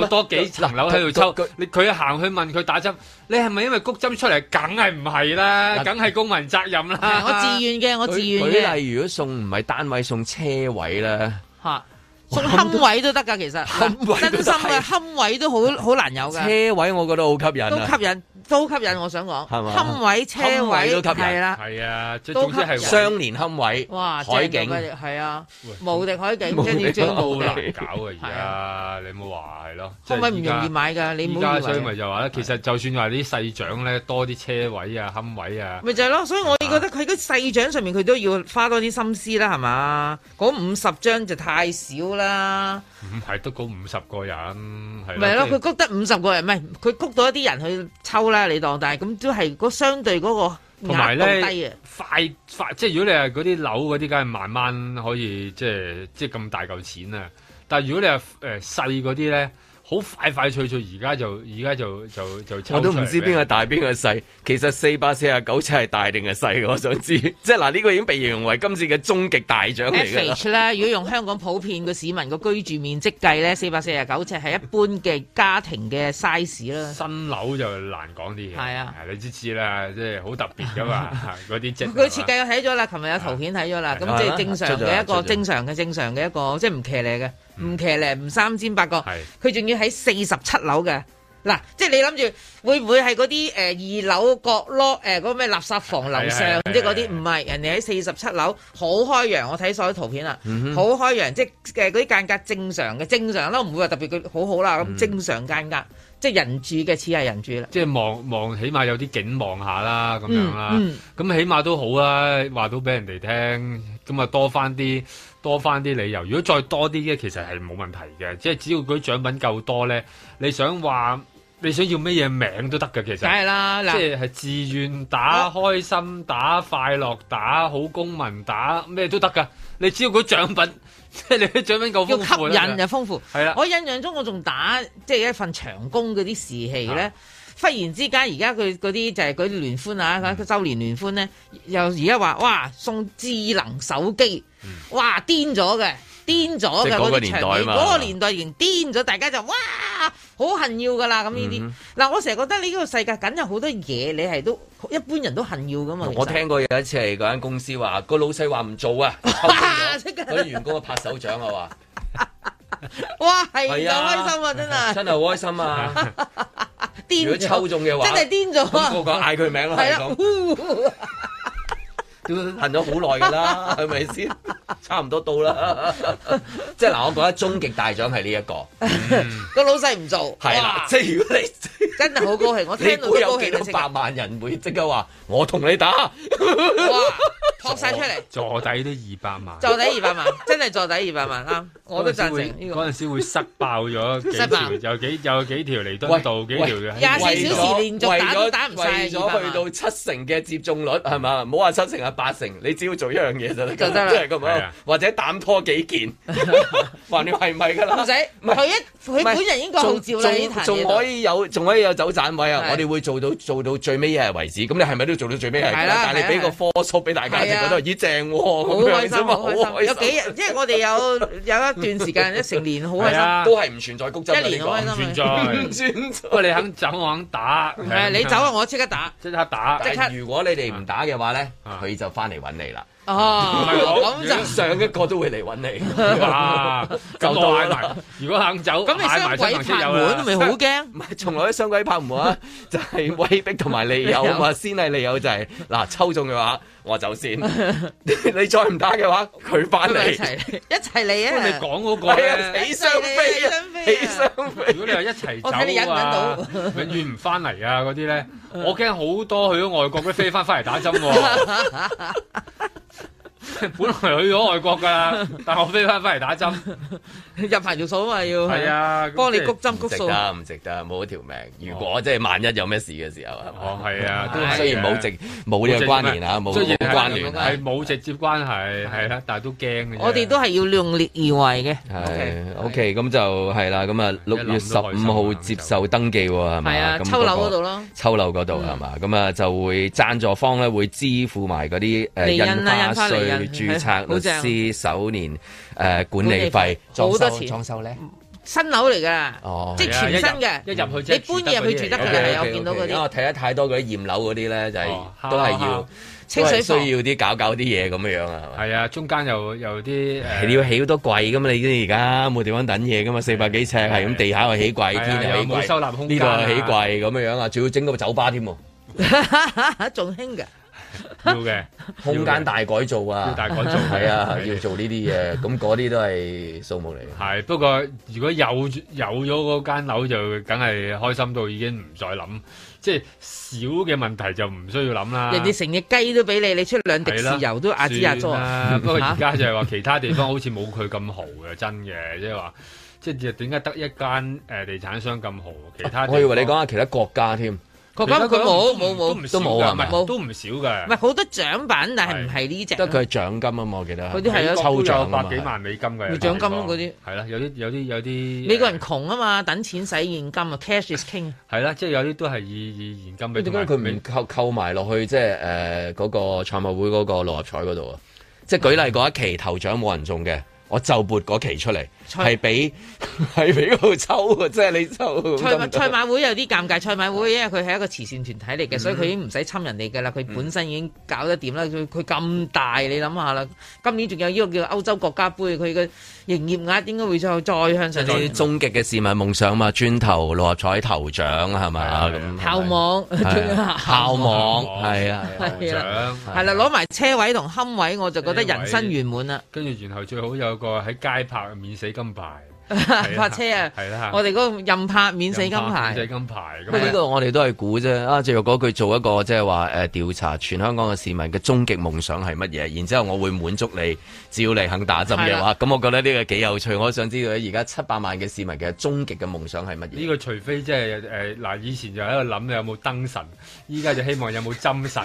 C: 有多幾層樓喺度抽，你佢行去問佢打針，你係咪因為谷針出嚟？梗係唔係啦，
B: 嗱
C: 梗係公民責任啦。
D: 我自願嘅，我自願
B: 啊舉
D: 嘅
B: 例，如果送唔係單位送車位咧，
D: 嚇，送龕位都得㗎，其實嗱真心嘅龕位 都好好難有
B: 車
D: 㗎，
B: 位我覺得好吸引
D: 都
B: 啊！
D: 吸引，都吸引，我想講，
B: 係嘛
D: 龕位、車
B: 龕位
D: 位
B: 都吸引，
D: 係啦，
C: 係啊，即
D: 係總之係都吸引
B: 相連龕位，
D: 哇，
B: 海
D: 正
B: 景
D: 啊到。不得係啊，無敵海景，跟住最
C: 好
D: 無敵
C: 難。搞啊！而家你冇話係咯，
D: 可唔可以唔容易買㗎？你唔
C: 依
D: 好
C: 家
D: 以
C: 所以
D: 為
C: 咪就話咧，其實就算話啲細獎咧，多啲車位啊、龕位啊，
D: 咪就係咯，所以我覺得佢嗰細獎上面佢都要花多啲心思啦，係嘛？嗰五十張就太少啦，
C: 唔係得嗰五十個人，
D: 咪係
C: 係
D: 咯？
C: 即係
D: 佢谷得五十個人，唔係佢谷到一啲人去抽啦，你當，但係咁都係嗰相對嗰個
C: 同埋
D: 額度低
C: 咧
D: 啊。，
C: 快快即係如果你係嗰啲樓嗰啲，梗係慢慢可以即係即係咁大嚿錢啊！但係如果你係誒細嗰啲咧，好快快脆脆，而家就而家就就就抽
B: 我都唔知邊個
C: 大
B: 大邊個細，其實四百四十九尺係大定係細，我想知。 即係嗱，呢個已經被形容為今次嘅終極大獎嚟㗎啦。
D: average 啦，如果用香港普遍個市民個居住面積計咧，四百四十九尺係一般嘅家庭嘅 size 啦。
C: 新樓就難講啲嘢，
D: 係啊，
C: 你都知啦， 即係好特別噶嘛 嗰啲即係
D: 佢設計我睇咗啦，琴日有圖片睇咗啦，咁
C: 係
D: 即
C: 啊
D: 係正常
C: 出咗啦
D: 嘅一個
C: 出咗
D: 正常嘅正常嘅一個，即係唔騎呢嘅，唔騎呢，唔三尖八角，佢仲要喺四十七樓嘅。嗱，即係你諗住會唔會係嗰啲誒二樓角落誒嗰個咩垃圾房樓
N: 係係
D: 上
N: 係
D: 即係嗰啲？唔係，人哋喺四十七樓好開揚，我睇所有圖片啦，
N: 嗯哼
D: 好開揚，即係誒嗰啲間隔正常嘅，正常啦，唔會話特別佢好好啦，咁正常間隔，即係人住嘅似係人住啦。
C: 即係望望，起碼有啲景望下啦，咁樣啦
D: 嗯嗯。
C: 咁、起碼都好啦，話到俾人哋聽，咁啊多翻啲多翻啲理由。如果再多啲嘅，其實係冇問題嘅，即係只要嗰啲獎品夠多咧，你想話你想要乜嘢名都得嘅，其實。
D: 梗係啦嗱
C: 即係係自願打、開心打、快樂打、好公民打，咩都得噶。你只要嗰獎品， 即係你啲獎品夠豐
D: 要
C: 富啦
D: 吸引就豐富。
C: 係
B: 啊
C: 啦
D: 我印象中我仲打即係一份長工嗰啲時期
B: 啊
D: 咧。忽然之間，而家佢嗰啲就係嗰啲聯歡啊，
B: 嗯
D: 佢周年聯歡咧，又而家話哇送智能手機，哇癲咗嘅，癲咗
B: 嗯即
D: 嘅
B: 係嗰個
D: 嗰啲
B: 年代
D: 場面，
B: 嘛
D: 嗰個年代仍癲咗，大家就哇好恨要噶啦咁呢啲
B: 嗯。
D: 嗱，我成日覺得呢個世界梗有好多嘢你係都一般人都恨要噶嘛。
B: 我
D: 其實
B: 聽過有一次係嗰間公司話個老細話唔做啊，抽中咗嗰啲員工啊拍手掌啊話。
D: 哇係
B: 係
D: 就
B: 啊
D: 開心啊，真係
B: 真係好開心 啊！
D: 癲咗
B: 如果抽中嘅話，
D: 真係癲咗啊
B: 咁個個嗌佢名啦，
D: 係
B: 係
D: 啦
B: 咁，
D: 呼
B: 都恨咗好耐㗎啦，係咪先？差唔多到啦， 即係嗱，我覺得終極大獎係呢一個，
D: 個老細唔做，
B: 係啦
D: 哇，
B: 即係如果你。
D: 真係好高興，我
B: 你
D: 聽到都
B: 估有
D: 高
B: 幾
D: 興
B: 多
D: 啊即刻
B: 百萬人會即刻話我同你打？
D: 哇，托晒 出嚟，
C: 坐底都二百萬。
D: 坐底二百萬，真係坐底二百萬啱，我都贊成呢個。
C: 嗰陣時會塞爆咗 幾
D: 塞爆
C: 條，有幾有幾條彌敦道，幾條嘅喺
D: 廿四
B: 為咗
D: 小時連續打都
B: 為咗
D: 打唔晒
B: 為
D: 二百
B: 咗
D: 萬
B: 去到七成嘅接種率係嘛？唔好話七成係八成，你只要做一樣嘢就得㗎，
D: 就得啦
B: 即係咁
C: 係
B: 樣
C: 啊，
B: 或者膽拖幾 件，話你係咪㗎啦？
D: 唔使，佢一佢本人已經個號召啦，呢
B: 仲
D: 壇
B: 仲可
D: 嘢
B: 以有仲可以有走盞位啊！
D: 係
B: 我哋會做到做到最尾一日為止。咁你係咪都做到最尾一日？
D: 係啦
B: 但係
D: 係
B: 你
D: 啦
B: 俾個科數俾大家，就
D: 係啊
B: 覺得咦正喎，
D: 好
B: 咁樣
D: 開
B: 啫嘛，
D: 心，好
B: 好
D: 開
B: 開心
D: 心。有幾日，即係我哋有有一段時間，一成年好開
C: 係啊
D: 心，
B: 都係唔存在谷針啊
D: 一
B: 呢
D: 年
B: 個
D: 好開心啊
C: 存在
B: 唔存在。
C: 喂，你肯走我肯打，
D: 係你走啊，我即刻打。
C: 即刻打，
D: 即刻
B: 但係如果你哋唔打嘅話咧，佢就翻嚟揾你 啦。
D: 哦，咁
B: 咁就
D: 就
B: 上一個都會嚟揾你。
C: 哇！咁我嗌埋，如果肯走，
D: 咁你
C: 嗌埋
D: 雙鬼
C: 雙朋
D: 拍
C: 友啦
D: 門咪好驚？
B: 唔係，從來都雙鬼拍門啊， 就係威逼同埋利誘啊嘛，先係利誘就係、嗱抽中嘅話，我走先； 你再唔打嘅話，佢翻
D: 咪
B: 嚟
D: 一。齊一齊嚟
C: 不過
D: 啊！
C: 你講嗰個
B: 係啊
C: 咧，
B: 死雙飛啊
D: 起
B: 起雙飛。
C: 如果你話一齊
D: 我睇你忍唔
C: 走
D: 忍
C: 啊
D: 到，
C: 永遠唔翻嚟啊嗰啲咧，我驚好多去咗外國嗰啲飛翻翻嚟打針喎。本來去咗外國㗎，但我飛翻翻嚟打針，
D: 入牌條數啊嘛要，
C: 係啊
D: 幫你谷針谷
B: 值
D: 數，
B: 得唔值得？冇一條命。如果即係萬一有咩事嘅時候，哦
C: 係啊都係
B: 雖然冇直冇呢個關聯啊，冇
C: 雖
B: 冇
C: 然係
B: 關聯啊
C: 係。冇直接關係，係啦，但係都驚嘅啫。
D: 我哋都係要量力而為嘅。
B: 係 OK，咁就係啦。咁啊，六月十五號接受登記喎，係嘛？
D: 係啊
B: 咁
D: 抽樓
B: 個
D: 嗰度嗯咯
B: 抽樓嗰度係嘛？咁啊就會贊助方咧會支付埋嗰啲誒
D: 厘印啊
B: 印花
D: 印花厘印
B: 稅、註冊
D: 好正
B: 律師首年誒管理
D: 管
B: 費
D: 理費、
B: 裝
D: 好多
B: 修
D: 錢
B: 裝修咧。
D: 新樓嚟㗎，
B: 哦
D: 即係全新嘅，
C: 一入去
D: 你搬入去住得㗎啦，我見到嗰
B: 因為
D: 啲
B: 哦我睇得太多嗰啲驗樓嗰啲咧，就係
C: 哦
B: 都係
C: 敲
B: 要
C: 敲
D: 清
B: 都
D: 水
B: 係
D: 房
B: 需要啲搞搞啲嘢咁樣樣啊，係咪？
C: 係啊，中間又又啲誒
B: 你要起好多櫃噶嘛？你知而家冇地方等嘢噶嘛？四百幾尺係咁，地下又起櫃，
C: 係啊
B: 天又
C: 又
B: 起
C: 冇
B: 櫃，
C: 收納空
B: 呢
C: 間
B: 度
C: 啊
B: 又起櫃咁樣樣啊！仲要整個酒吧添喎，
D: 仲興㗎。
C: 要嘅
B: 空間大改造啊！
C: 要大改造嘅
B: 係啊，要做呢啲 嘢，咁嗰啲都係數目嚟嘅。
C: 係，不過如果有有咗嗰間樓就梗係開心到已經唔再諗，即係少嘅問題就唔需要諗
B: 啊
C: 啦。
D: 人哋成只雞都俾你，你出兩滴
C: 係啦
D: 豉油都阿支阿 佐
C: 算啦
D: 啊。
C: 不過而家就係話其他地方好似冇佢咁豪嘅，真嘅，即係話即係點解得一間誒地產商咁豪，其他地方
B: 我以為你講下其他國家添，
D: 國家哦佢冇冇冇
C: 都唔
B: 都冇啊
C: 係咪？
D: 冇
C: 都唔少嘅
D: 唔係，好多獎品，但係唔係呢只。
B: 得佢係獎金啊嘛，我記得
D: 嗰啲係啊
B: 抽獎啊嘛
C: 百幾萬美金嘅
D: 咪獎金咯嗰啲
C: 係啦，有啲有啲有啲
D: 美國人窮啊嘛，等錢使現金啊，cash is king。
C: 係啦，即係有啲都係以以現金俾
B: 點解佢唔扣扣埋落去即係誒嗰個賽馬會嗰個六合彩嗰度啊？即係舉例嗰一期頭獎冇人中嘅，我就撥嗰期出嚟，
D: 賽
B: 係俾 係俾嗰度抽啊！即係你抽
D: 賽
B: 得唔
D: 馬
B: 得
D: 賽馬會有啲尷尬，賽馬會因為佢係一個慈善團體嚟嘅，所以佢已經唔使侵人哋㗎啦，佢本身已經搞得掂啦。佢佢咁大，你諗下啦，今年仲有呢個叫歐洲國家杯，佢嘅營業額應該會再再向上
B: 啲終
D: 升。
B: 極嘅市民夢想嘛，磚頭六合彩頭獎係咪啊咁？
D: 校網，
B: 係啊校網
C: 校網
B: 係啊，
D: 係啦，
C: 獎
D: 係啦，攞埋車位同龕位，我就覺得人生圓滿啊啦。
C: 跟住然後最好有個喺街拍免死金牌，
D: 泊車啊
C: 係啦，
D: 我哋嗰個任拍免死金牌
C: 免，死金牌咁
B: 咁
C: 啊
B: 呢
C: 樣。
B: 個我哋都係估啫。啊，就若果佢做一個即係話誒調查全香港嘅市民嘅終極夢想係乜嘢，然之後我會滿足你，只要你肯打針嘅
C: 係
B: 話，
C: 啦
B: 咁我覺得呢個幾有趣。我想知道而家七百萬嘅市民嘅終極嘅夢想係乜嘢？
C: 呢個除非即係誒嗱，以前就喺度諗你有冇燈神，依家就希望有冇 針神，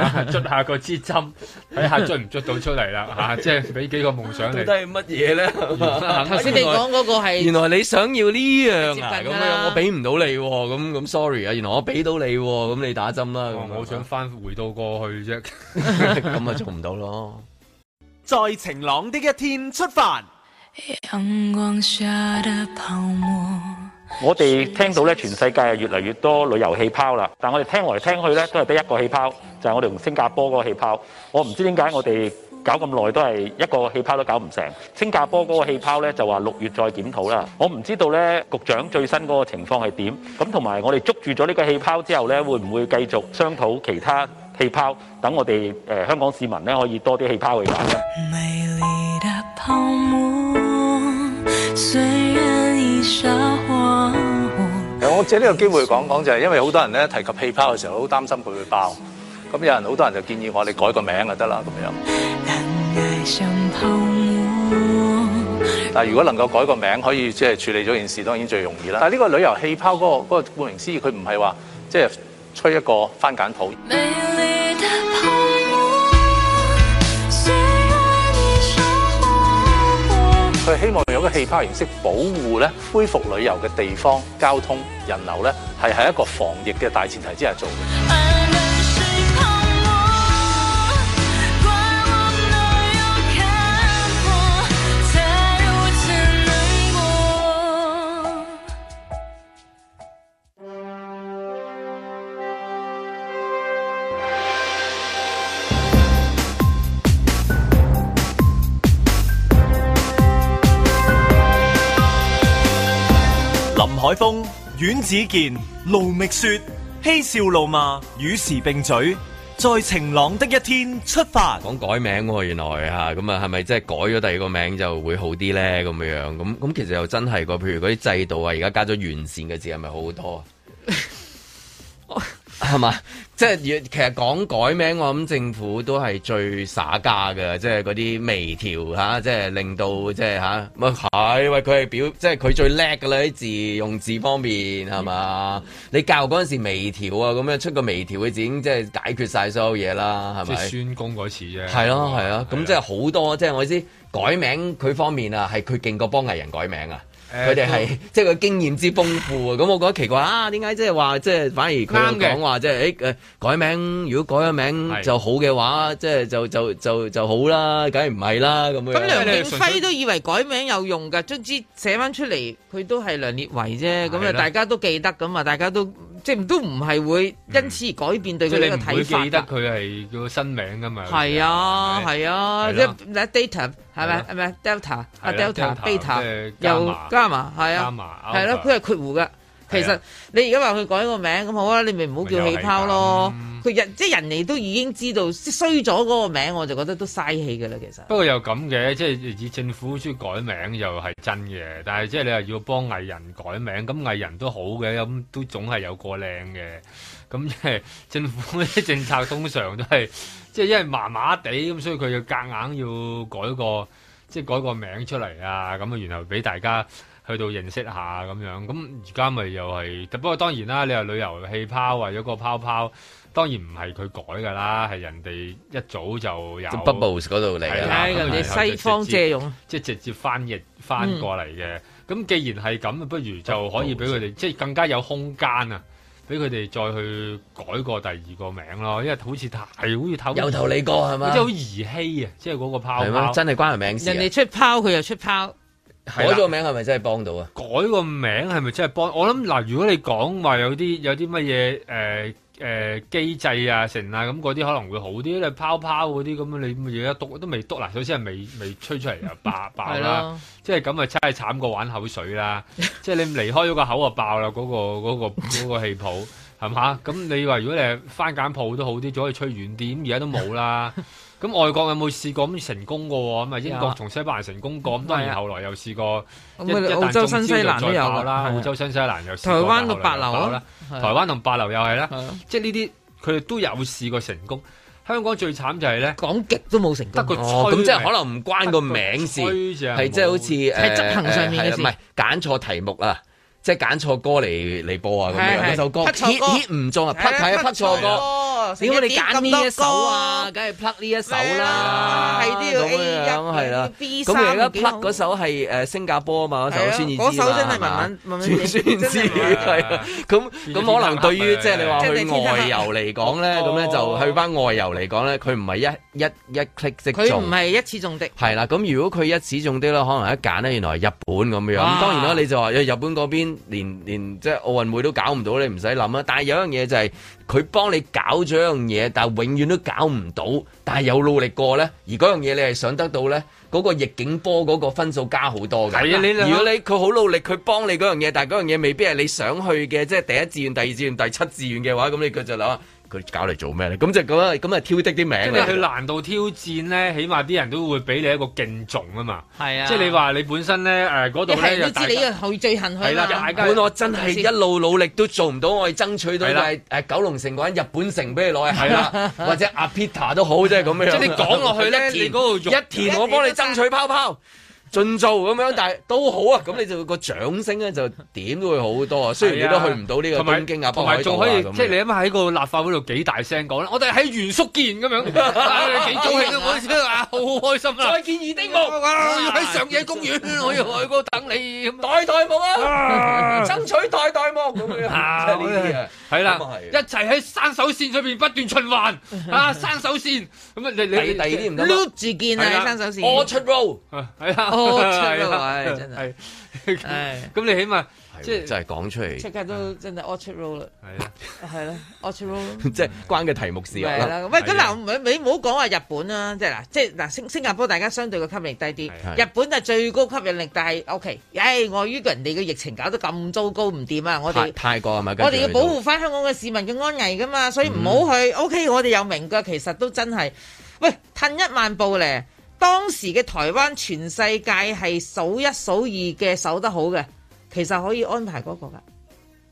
C: 啊捽下個支針，睇下捽唔捽到出嚟啦嚇，即係俾幾個夢想
B: 到
C: 你。
B: 底係乜嘢咧？
D: 頭先你講嗰個係
B: 原來你想要呢樣啊，
D: 接
B: 咁
D: 近㗎啦
B: 樣我俾唔到你喎，咁咁 sorry 啊，原來我俾到你喎，咁你打針
D: 啊
B: 啦。我想
C: 翻回到過去啫，
B: 咁啊做唔到咯。
E: 在晴朗的一天出發。
H: 阳光下的泡沫。
N: 我哋聽到咧，全世界越嚟越多旅遊氣泡啦，但我哋聽嚟聽去咧，都係得一個氣泡，就係、我哋同新加坡嗰個氣泡。我唔知點解我哋搞咁耐都係一個氣泡都搞唔成。新加坡嗰個氣泡咧就話六月再檢討啦。我唔知道咧，局長最新嗰個情況係點？咁同埋我哋捉住咗呢個氣泡之後咧，會唔會繼續商討其他氣泡？等我哋誒、呃香港市民咧可以多啲氣泡去玩咧。
H: 泡沫虽然已沙化，
O: 我借呢個機會講講就係，因為好多人咧提及氣泡嘅時候，好擔心佢會爆。咁有人好多人就建議我哋改個名就得啦，咁樣。
H: 爱像泡沫。
O: 但係如果能夠改個名，可以即係處理咗件事，當然最容易啦。但係呢個旅遊氣泡嗰、個嗰、個顧名思義，佢唔係話即係吹一個番梘泡。
H: 美丽的泡沫，虽然已沙化。
O: 佢希望用一個氣泡形式保護咧，恢復旅遊嘅地方、交通、人流咧，係喺一個防疫嘅大前提之下做嘅。
A: 林海峰、阮子健、卢觅雪，嬉笑怒骂，与时并举，在晴朗的一天出发。
B: 哦講改名喎，原來嚇咁啊，係咪即係改咗第二個名就會好啲咧？咁樣樣咁咁，其實又真係個，譬如嗰啲制度啊，而家加咗完善嘅字係咪好好多啊？係嘛？即係其實講改名，我諗政府都係最耍家嘅，即係嗰啲微調嚇、即係令到即係嚇，咪、係喂佢係表，即係佢最叻㗎啦啲字用字方面係嘛？你教嗰陣時微調啊，咁樣出個微調嘅字已經即係解決晒所有嘢啦，係
C: 即
B: 咪？
C: 係宣公嗰次啫。啊
B: 係咯係咯，咁即係好多即係我意思改名佢方面啊，係佢勁過幫藝人改名啊。
C: 誒
B: 佢哋係
C: 都
B: 即係個經驗之豐富啊！咁我覺得奇怪啊，點解即係話即係反而佢又
C: 啱嘅
B: 講話即係誒誒改名，如果改咗名就好嘅話，即係就就就就好啦，梗係唔係啦
C: 啊
B: 咁樣。
D: 咁梁永輝都以為改名有用㗎，卒之寫翻出嚟，佢都係梁烈維啫。咁
B: 係啦
D: 啊，大家都記得噶嘛，大家都即係都唔係會因此而改變對
C: 即
D: 佢
C: 係
D: 呢
C: 你
D: 個
C: 嗯唔會
D: 睇
C: 記得
D: 法㗎。
C: 佢係個新名噶嘛？
D: 係啊，係啊，
C: 係
D: 即
C: 啦
D: 係 data 係咪
C: 係啦
D: 係咪 delta 啊
C: 係啦
D: delta
C: delta，即
D: beta
C: 係伽
D: 又
C: 馬
D: 加埋係
C: 伽
D: 啊
C: 馬，
D: 係咯，
C: alpha
D: 佢係括弧㗎。其
C: 係
D: 實
C: 啊
D: 你而家話佢改個名咁好啊，你咪唔好叫
C: 咪
D: 氣
C: 又係嗯
D: 泡咯。佢人即係人哋都已經知道即係衰咗嗰個名，我就覺得都嘥氣㗎啦，其實。
C: 不過又咁嘅，即係以政府中意改名又係真嘅，但係即係你話要幫藝人改名，咁藝人都好嘅，咁都總係有個靚嘅。咁即係政府啲政策通常都係即係因為麻麻地咁，所以佢要夾硬要改個即係改個名出嚟啊，咁啊，然後俾大家去到認識下咁樣。咁而家咪又係，不過當然啦，你話旅遊氣泡或者個泡泡。當然唔係佢改㗎啦，係人哋一早就有
B: 即係 Bubbles 嗰度嚟㗎
C: 係
B: 係人哋
C: 咁啊然後就
B: 西方
C: 直接
B: 借用
C: 即係直接翻譯翻過嚟嘅。咁、既然係咁，不如就可以俾佢哋即係更加有空間啊，俾佢哋再去改過第二個名咯。因為好似太好似太
B: 由頭嚟過係嘛
C: 即係好兒戲啊！即係嗰個泡
B: 係
C: 泡
B: 咩？真係關佢名事啊
D: 人！哋出拋佢又出拋，
B: 改咗個名係咪真係幫到啊？
C: 改個名係咪真係幫？我諗嗱，如果你講話有啲有啲乜嘢誒誒機制啊、成啊咁嗰啲可能會好啲，你拋拋嗰啲咁你乜嘢一篤都未篤嗱，首先係未未吹出嚟就 爆爆
D: 係
C: 啦
D: 咯，
C: 即係咁啊真係慘過玩口水 啦，即係你離開咗個口就啊爆啦，嗰、個嗰、個嗰、個氣泡係嘛？咁你話如果你係番梘泡都好啲，仲可以吹遠啲，咁而家都 冇啦。咁外國有冇試過咁成功過喎？咁啊英
B: 有
C: 國
B: 啊
C: 同西班牙成功過，咁當
D: 係
C: 然
D: 啊
C: 後來又試過。
D: 咁
C: 一
D: 佢哋
C: 一旦
D: 澳洲
C: 中
D: 新西
C: 招就
D: 蘭都
C: 再
D: 有
C: 爆
D: 㗎
C: 啦，
D: 係啊
C: 澳洲新西蘭又試
D: 台
C: 過
D: 灣個
C: 爆
D: 白流
C: 爆
D: 咯
C: 啦，
D: 係
C: 台
D: 啊
C: 灣同白流又係啦
D: 係啊，
C: 即係呢啲佢哋都有試過成功。香港最慘就係咧，
D: 講極都冇成
C: 得個吹
B: 哦，咁即係可能
C: 名
B: 唔關個名事，
C: 得個吹
B: 係即係好似誒
D: 係執行上面嘅
B: 係
D: 事
B: 唔係揀錯題目啊，即係揀錯歌嚟嚟播啊咁
D: 係
B: 樣，
D: 係
B: 嗰首歌
D: 匹
B: hit
D: 錯歌
B: hit 唔中啊，匹係啊匹錯歌。
D: 歌
B: 點解你揀呢一首啊？
D: 梗
B: 係 plug 呢一首
D: 啦，係都
B: 咁
D: 要 A
B: 樣
D: 一
B: 係啦，
D: B
B: 咁你而家
D: 三
B: plug 嗰首係誒新加坡啊嘛，嗰
D: 係
B: 首
D: 啊
B: 孫燕姿
D: 嗰首真
B: 嘛
D: 係
B: 嘛
D: 文文文文
B: 孫燕姿
D: 真係
B: 係啊，咁咁可能對於即係你話去外遊嚟講咧，咁咧
D: 哦
B: 就去翻外遊嚟講咧，佢唔係一一一 click 即
D: 佢
B: 中
D: 唔。係一次中的，
B: 係啦，咁如果佢一始中啲啦，可能一揀咧，原來係日本咁樣。
D: 哇
B: 咁當然啦，你就話哎日本嗰邊連連即係奧運會都搞唔到，你唔使諗啊啦。但係有樣嘢就係佢幫你搞咗一樣嘢，但係永遠都搞唔到，但係有努力過咧，而嗰樣嘢你係想得到咧，嗰、個逆境波嗰個分數加好多㗎。
C: 係啊你諗下
B: 如果你佢好努力，佢幫你嗰樣嘢，但係嗰樣嘢未必係你想去嘅，即係第一志願、第二志願、第七志願嘅話，咁你佢就諗下佢搞嚟做咩咧？咁就咁啊，咁啊挑剔啲名
C: 即係
B: 嚟
C: 佢難度挑戰咧，起碼啲人都會俾你一個敬重啊嘛。
D: 係啊
C: 即係你話你本身咧誒嗰
D: 一
C: 度咧
D: 係
C: 又
D: 都
C: 大
D: 知你啊
C: 家
D: 要去最恨佢
B: 係啦，
D: 嘛。
B: 日本我真係一路努力都做唔到，我係爭取到
C: 係啦
B: 係誒九龍城嗰間日本城俾你攞去行
C: 係啦
B: 啦， 或者阿 Peter 都好，即係咁樣。
C: 即係你講落去咧
B: 一填
C: 你嗰度肉
B: 一填，我幫你爭取泡泡。盡做咁樣，但係都好啊！咁你就個掌聲咧，就點都會好多啊。雖然你都去唔到呢個
C: 同埋
B: 東京啊，
C: 同埋仲可以
B: 北海道啊咁
C: 即係你諗下喺個立法會度幾大聲講咧，我哋喺原宿見 咁樣，啊幾高興啊！嗰陣時都啊好開心啦，
B: 再見二丁目，
C: 我要喺上野公園，我要去嗰度等你咁。
B: 袋袋木啊，
C: 啊
B: 爭取袋袋木 咁樣，
C: 啊
B: 即係呢啲啊，
C: 係啦
B: 咁啊，係
C: 一齊喺山手線上邊不斷循 環啊！山手線咁啊，你
B: 第
C: 你
B: 第二啲唔得
D: loop 住見啊，山手線。
B: 我出 roll，
C: 係啦，
D: 哦出
C: 係
D: 路
C: 啦
D: 唉真係
C: 係
D: 唉
C: 咁你起碼
B: 即
C: 即
B: 係
C: 係
B: 真係講出嚟
D: 出，街都真係 orchard road 啦，
C: 係啦，
D: 係啦，orchard road
B: 即
D: 咯。
B: 係關嘅題目事
D: 係啦，喂，咁嗱，唔係你唔好講話日本啦，即係嗱，即係嗱，新新加坡大家相對嘅吸引力低
B: 係
D: 啲，日本係最高吸引力，但係 OK，唉，礙於人哋嘅疫情搞得咁糟糕唔掂啊，我
B: 泰
D: 哋。
B: 泰國係咪？
D: 我哋要保護翻香港嘅市民嘅安危噶嘛，所
B: 嗯
D: 以唔好去。OK，我哋又明㗎，其實都真係，喂，褪一萬步咧。當時嘅台灣全世界係數一數二嘅守得好嘅，其實可以安排嗰個㗎。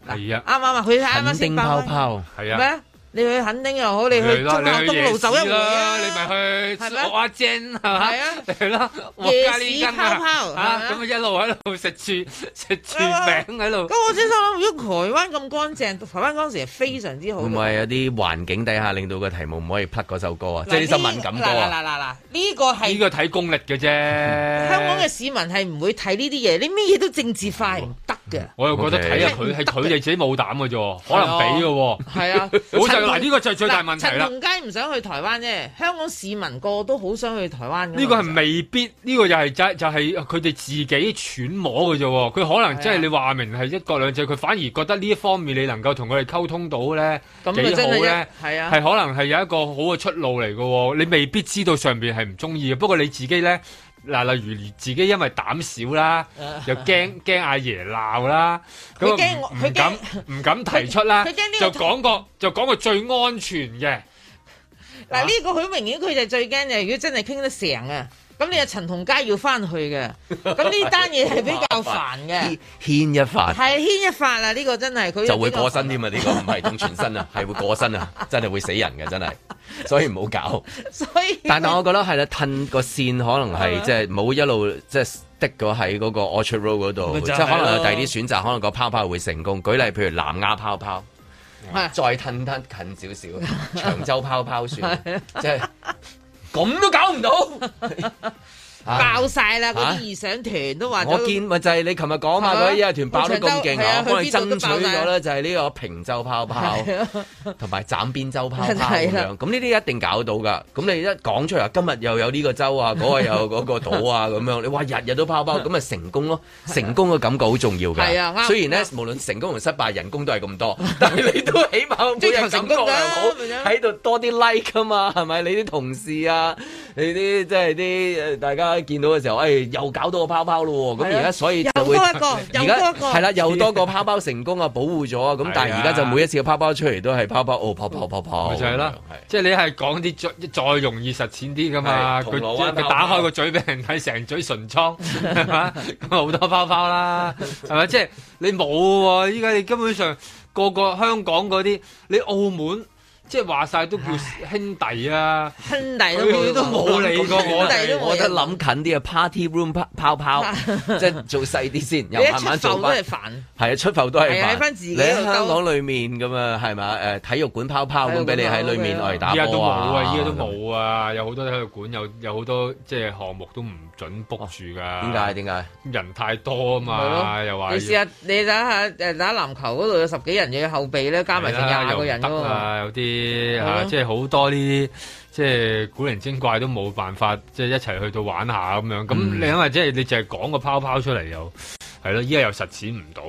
C: 係啊，
D: 啱啱啊，佢啱啱先爆
B: 泡，
C: 係
D: 咩
C: 啊，
D: 啊？你去肯丁又好，你去
C: 你
D: 中
C: 啦
D: 亞
C: 你去
D: 東路走一
C: 夜市
D: 回
C: 啦，
D: 啊！
C: 你咪去
D: 係
C: 落阿精係嘛？
D: 係啊，
C: 係啦，
D: 夜市
C: 鑊咖喱羹
D: 泡泡
C: 啊
D: 係啊
C: 嚇，咁一路喺度食住 食住
D: 係啊
C: 餅喺度。
D: 咁我真心諗，如果台灣咁乾淨，台灣嗰陣時係非常之好
B: 會
D: 嘅。
B: 唔會有啲環境底下令到個題目唔可以 plug 嗰首歌啊？
D: 嗱
B: 即係呢首
D: 呢
B: 敏感歌
D: 嗱
B: 啊！
D: 嗱嗱嗱，呢個係
C: 呢個睇功力嘅啫。
D: 香港嘅市民係唔會睇呢啲嘢，你咩嘢都政治化係唔得嘅。
C: 我又覺得
B: OK
C: 睇下佢係佢哋自己冇膽嘅啫喎，可能俾嘅喎。
D: 係啊，
C: 好就
D: 陳同
C: 嗱呢個就係最大問題
D: 陳
C: 啦。
D: 同佳唔想去台灣啫，香港市民個個都好想去台灣㗎嘛。
C: 呢個係未必，呢、個又係就就係佢哋自己揣摩嘅啫喎。佢可能即
D: 係啊
C: 係你話明係一國兩制，佢反而覺得呢一方面你能夠同佢哋溝通到咧，
D: 咁
C: 幾
D: 咪真
C: 好
D: 係一
C: 咧，
D: 係啊
C: 係可能係有一個好嘅出路嚟嘅喎。你未必知道上邊係唔中意嘅，不過你自己咧。嗱，例如自己因為膽小啦，又驚驚阿爺鬧啦，咁
D: 啊佢
C: 啊
D: 驚我
C: 唔
D: 佢驚
C: 唔敢唔敢提出啦，
D: 佢佢驚呢個
C: 就講個就講個最安全嘅。
B: 啊
D: 嗱，呢個好明顯，佢就最驚嘅。如果真係傾得成啊，咁你阿陳同佳要翻去嘅，咁呢單嘢係比較煩 嘅，
B: 牽一髮
D: 係牽一髮啦。呢個真係佢
B: 就會
D: 比較
B: 過身添啊！呢個唔係動全身啊，係會過身啊，真係會死人嘅，真係， 所以唔好搞。
D: 所以
B: 但係我覺得係啦，褪個線可能
D: 啊
B: 係即係冇一路即係的咗喺嗰個 Orchard Road 嗰度，
D: 咪
B: 即
D: 就係
B: 係可能有
D: 咯
B: 第二啲選擇，可能個泡泡會成功。舉例譬如南丫泡泡，
D: 係
B: 再褪得近 少少，長洲泡泡算，即係咁都搞唔 到。啊
D: 爆晒啦！嗰
B: 啊
D: 啲異想團都話咗
B: 我見咪就係你琴日講嘛，
D: 係啊
B: 嗰啲一日團爆得咁勁
D: 係
B: 啊
D: 啊！
B: 我幫你
D: 去邊
B: 爭
D: 度都爆
B: 取咗
D: 晒
B: 咧，就係呢個平洲泡泡
D: 係啊
B: 同埋斬邊洲泡泡咁
D: 係
B: 樣。
D: 啦
B: 咁呢啲一定搞到噶。咁你一講出嚟，今日又有呢個州啊， 嗰個又有嗰個島啊，咁樣你話日日都泡泡，咁咪成功咯？成功嘅感覺好重要㗎。
D: 係啊啱
B: 雖然咧，無論成功同失敗，人工都係咁多，但係你都起碼每
D: 追
B: 日
D: 求
B: 感
D: 成
B: 覺
D: 功㗎
B: 良好
D: 咪就係
B: 喺度多啲 like 啊嘛，係咪？你啲同事啊，你啲即係啲誒大家見到嘅時候，誒、哎又搞到個泡泡咯喎，咁
D: 係啊
B: 而家所以就會
D: 又多一個
B: 而
D: 又多
B: 家
D: 一個
B: 係啦，又多個泡泡成功啊，保護咗啊，咁但係而家就每一次嘅泡泡出嚟都係泡泡哦，泡泡泡泡，
C: 咪就係啊啦，即係你係講啲再再容易實踐啲噶嘛，
B: 係啊
C: 佢
B: 銅鑼灣
C: 佢打開個嘴俾人睇，成嘴唇瘡，係嘛？咁啊好多泡泡啦，係咪？即係你冇喎，依家你根本上個個香港嗰啲，你澳門即係話晒都叫兄弟啊，
D: 兄弟都
C: 佢
D: 冇
C: 都冇理過我
D: 兄弟都
C: 哋
D: 冇。
B: 我覺得諗近啲啊，party room 泡泡 泡，即係做細啲先，
D: 你
B: 又
D: 一
B: 慢慢
D: 出
B: 做
D: 埠都
B: 翻
D: 係。煩。
B: 係啊，出埠都係
D: 係啊
B: 煩
D: 喺返自己
B: 你喺
D: 度兜
B: 香港裏面咁啊，係嘛？誒，體育館泡泡咁俾你喺裏面嚟打
C: 依家都
B: 波
C: 冇啊，
B: 啊！
C: 依家都冇啊，有好多體育館有有好多即係項目都唔準 book 住噶。
B: 點解？點解？
C: 人太多啊嘛，又話
D: 你試下，你睇下誒打籃球嗰度有十幾人，又要後備咧，加埋成廿個人
C: 係啦又唔
D: 喎
C: 得。啊，有啲
D: 係
C: 嚇，
D: 咯
C: 即係好多呢啲，即係古靈精怪都冇辦法，即係一齊去到玩下咁樣。咁
B: 嗯
C: 你因為即係你淨係講個泡泡出嚟又係咯，依家又實踐唔到，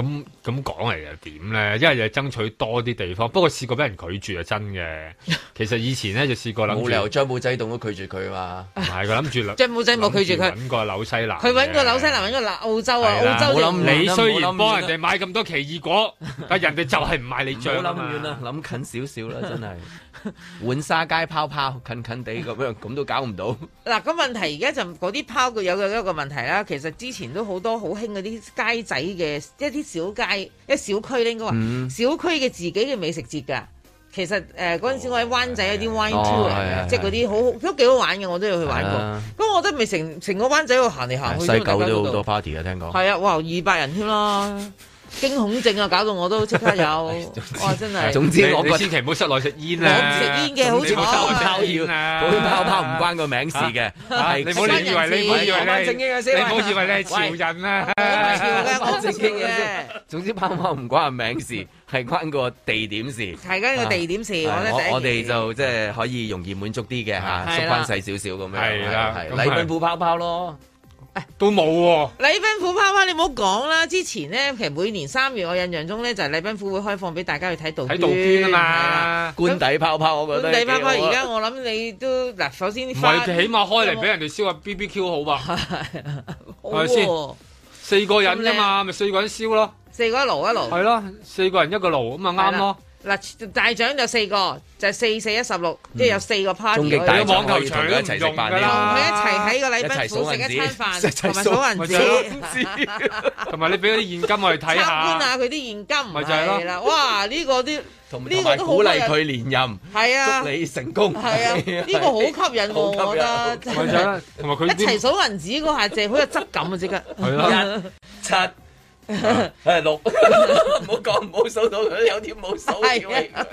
C: 咁咁講嚟又點咧？一係就爭取多啲地方，不過試過俾人拒絕係真 嘅。其實以前咧就試過諗
B: 冇
C: 住，
B: 理由張寶仔棟都拒絕佢啊
C: 唔係佢諗 住諗，
D: 張寶仔冇拒絕佢
C: 諗住揾個紐西蘭嘅，
D: 佢揾個紐西蘭，揾個紐澳洲啊，
C: 係啦
D: 澳洲就
C: 你
B: 諗
C: 雖
B: 唔好諗
C: 然
B: 遠
C: 幫
B: 啦
C: 人哋買咁多奇異 果，但人哋就係唔買你
B: 嘛！唔
C: 醬
B: 好
C: 啊
B: 諗
C: 嘛
B: 遠啦，諗近少少啦，真係浣沙街泡泡近近地咁樣，咁都搞唔 到。
D: 嗱，咁問題而家就嗰啲拋佢有嘅一個問題啦。其實之前都好多好興嗰啲街仔嘅一啲小街一小區咧，應該話、
B: 嗯
D: 小區嘅自己嘅美食節㗎。其實誒嗰陣時我喺灣仔有啲 wine
B: 哦
D: tour 嚟
B: 係係
D: 嘅，即係嗰啲好都幾好玩嘅，我都有去玩過
B: 係啊。
D: 咁我覺得咪成成個灣仔度行嚟行去
B: 西
D: 啫嘛，大
B: 九
D: 家
B: 都
D: 嗰
B: 好
D: 度
B: 多 party 啊，聽講。
D: 係啊，哇，二百人添啦，驚恐症啊，搞到我都即 刻有，哇，真係。
B: 哎總之我
C: 你
B: 覺得
C: 千祈唔好室內食煙
D: 我唔
C: 啊！
D: 食煙嘅，好
B: 你
D: 彩
B: 冇泡泡要，
C: 啊
B: 保險泡泡唔關個名事嘅，
C: 啊
B: 係
C: 你唔好以為你唔好以
B: 講返正經
C: 為
B: 嘅
C: 你，
B: 先
C: 你唔好以為你係潮人啊！
D: 我唔
B: 正
D: 係
B: 經
D: 嘅，
B: 嘅先
D: 嘅。
B: 總之泡泡唔關個名事，係關個地點事。
D: 係緊個地點事，
B: 啊係
D: 我覺得第一
B: 我我哋
D: 件事
B: 就即係可以容易滿足啲嘅嚇，
D: 係
B: 縮翻細
D: 啦
B: 少少咁樣。
C: 係啦
B: 係
C: 咁
B: 禮
C: 係
B: 賓府泡泡咯，
C: 都冇喎，
D: 禮賓府拋拋，你唔好講啦。之前咧，其實每年三月，我印象中咧就係禮賓府會開放俾大家去睇杜
C: 睇杜鵑啊嘛，
B: 官邸泡泡，我覺
D: 咁
B: 得
D: 禮
B: 幾好
D: 賓
B: 啊
D: 拋，而家我諗你都嗱，首先
C: 唔
D: 啲花
C: 係起碼開嚟俾人哋燒下 BBQ 好吧？
D: 好
C: 係咪先
D: 喎
C: 四個人啫嘛，咪四個人燒咯，
D: 哦四個一爐一
C: 係
D: 爐。
C: 咯，四個人一個爐咁啊啱咯。
D: 嗱，大獎有四個，就係四四一十六，即係有四個 party。
B: 嗯終極大獎可以同佢一齊食飯
D: 同佢一
B: 呢
D: 齊喺個禮
B: 一齊
D: 賓
B: 數
D: 府食
B: 銀
D: 一
B: 紙
D: 餐
B: 一
D: 飯，
B: 齊
D: 同埋
B: 數
D: 數
C: 銀
D: 銀紙，
C: 同埋你俾嗰啲現金我哋睇
D: 參觀
C: 下，
D: 下佢啲現金，
C: 咪就係咯
D: 啦，哇！呢個啲
B: 同
D: 呢
B: 同
D: 個
B: 埋
D: 都好
B: 鼓勵
D: 吸
B: 佢
D: 引
B: 連任，
D: 係啊
B: 祝你成功，
D: 係啊，呢個好吸引我，我覺得 真
C: 咪就係
D: 係
C: 啦同埋佢
D: 一齊
C: 啲
D: 數銀紙嗰下，正好有質感啊！即刻
C: 係啦
B: 七。誒六， 唔好講，唔好數到佢有啲冇數
D: 係啊，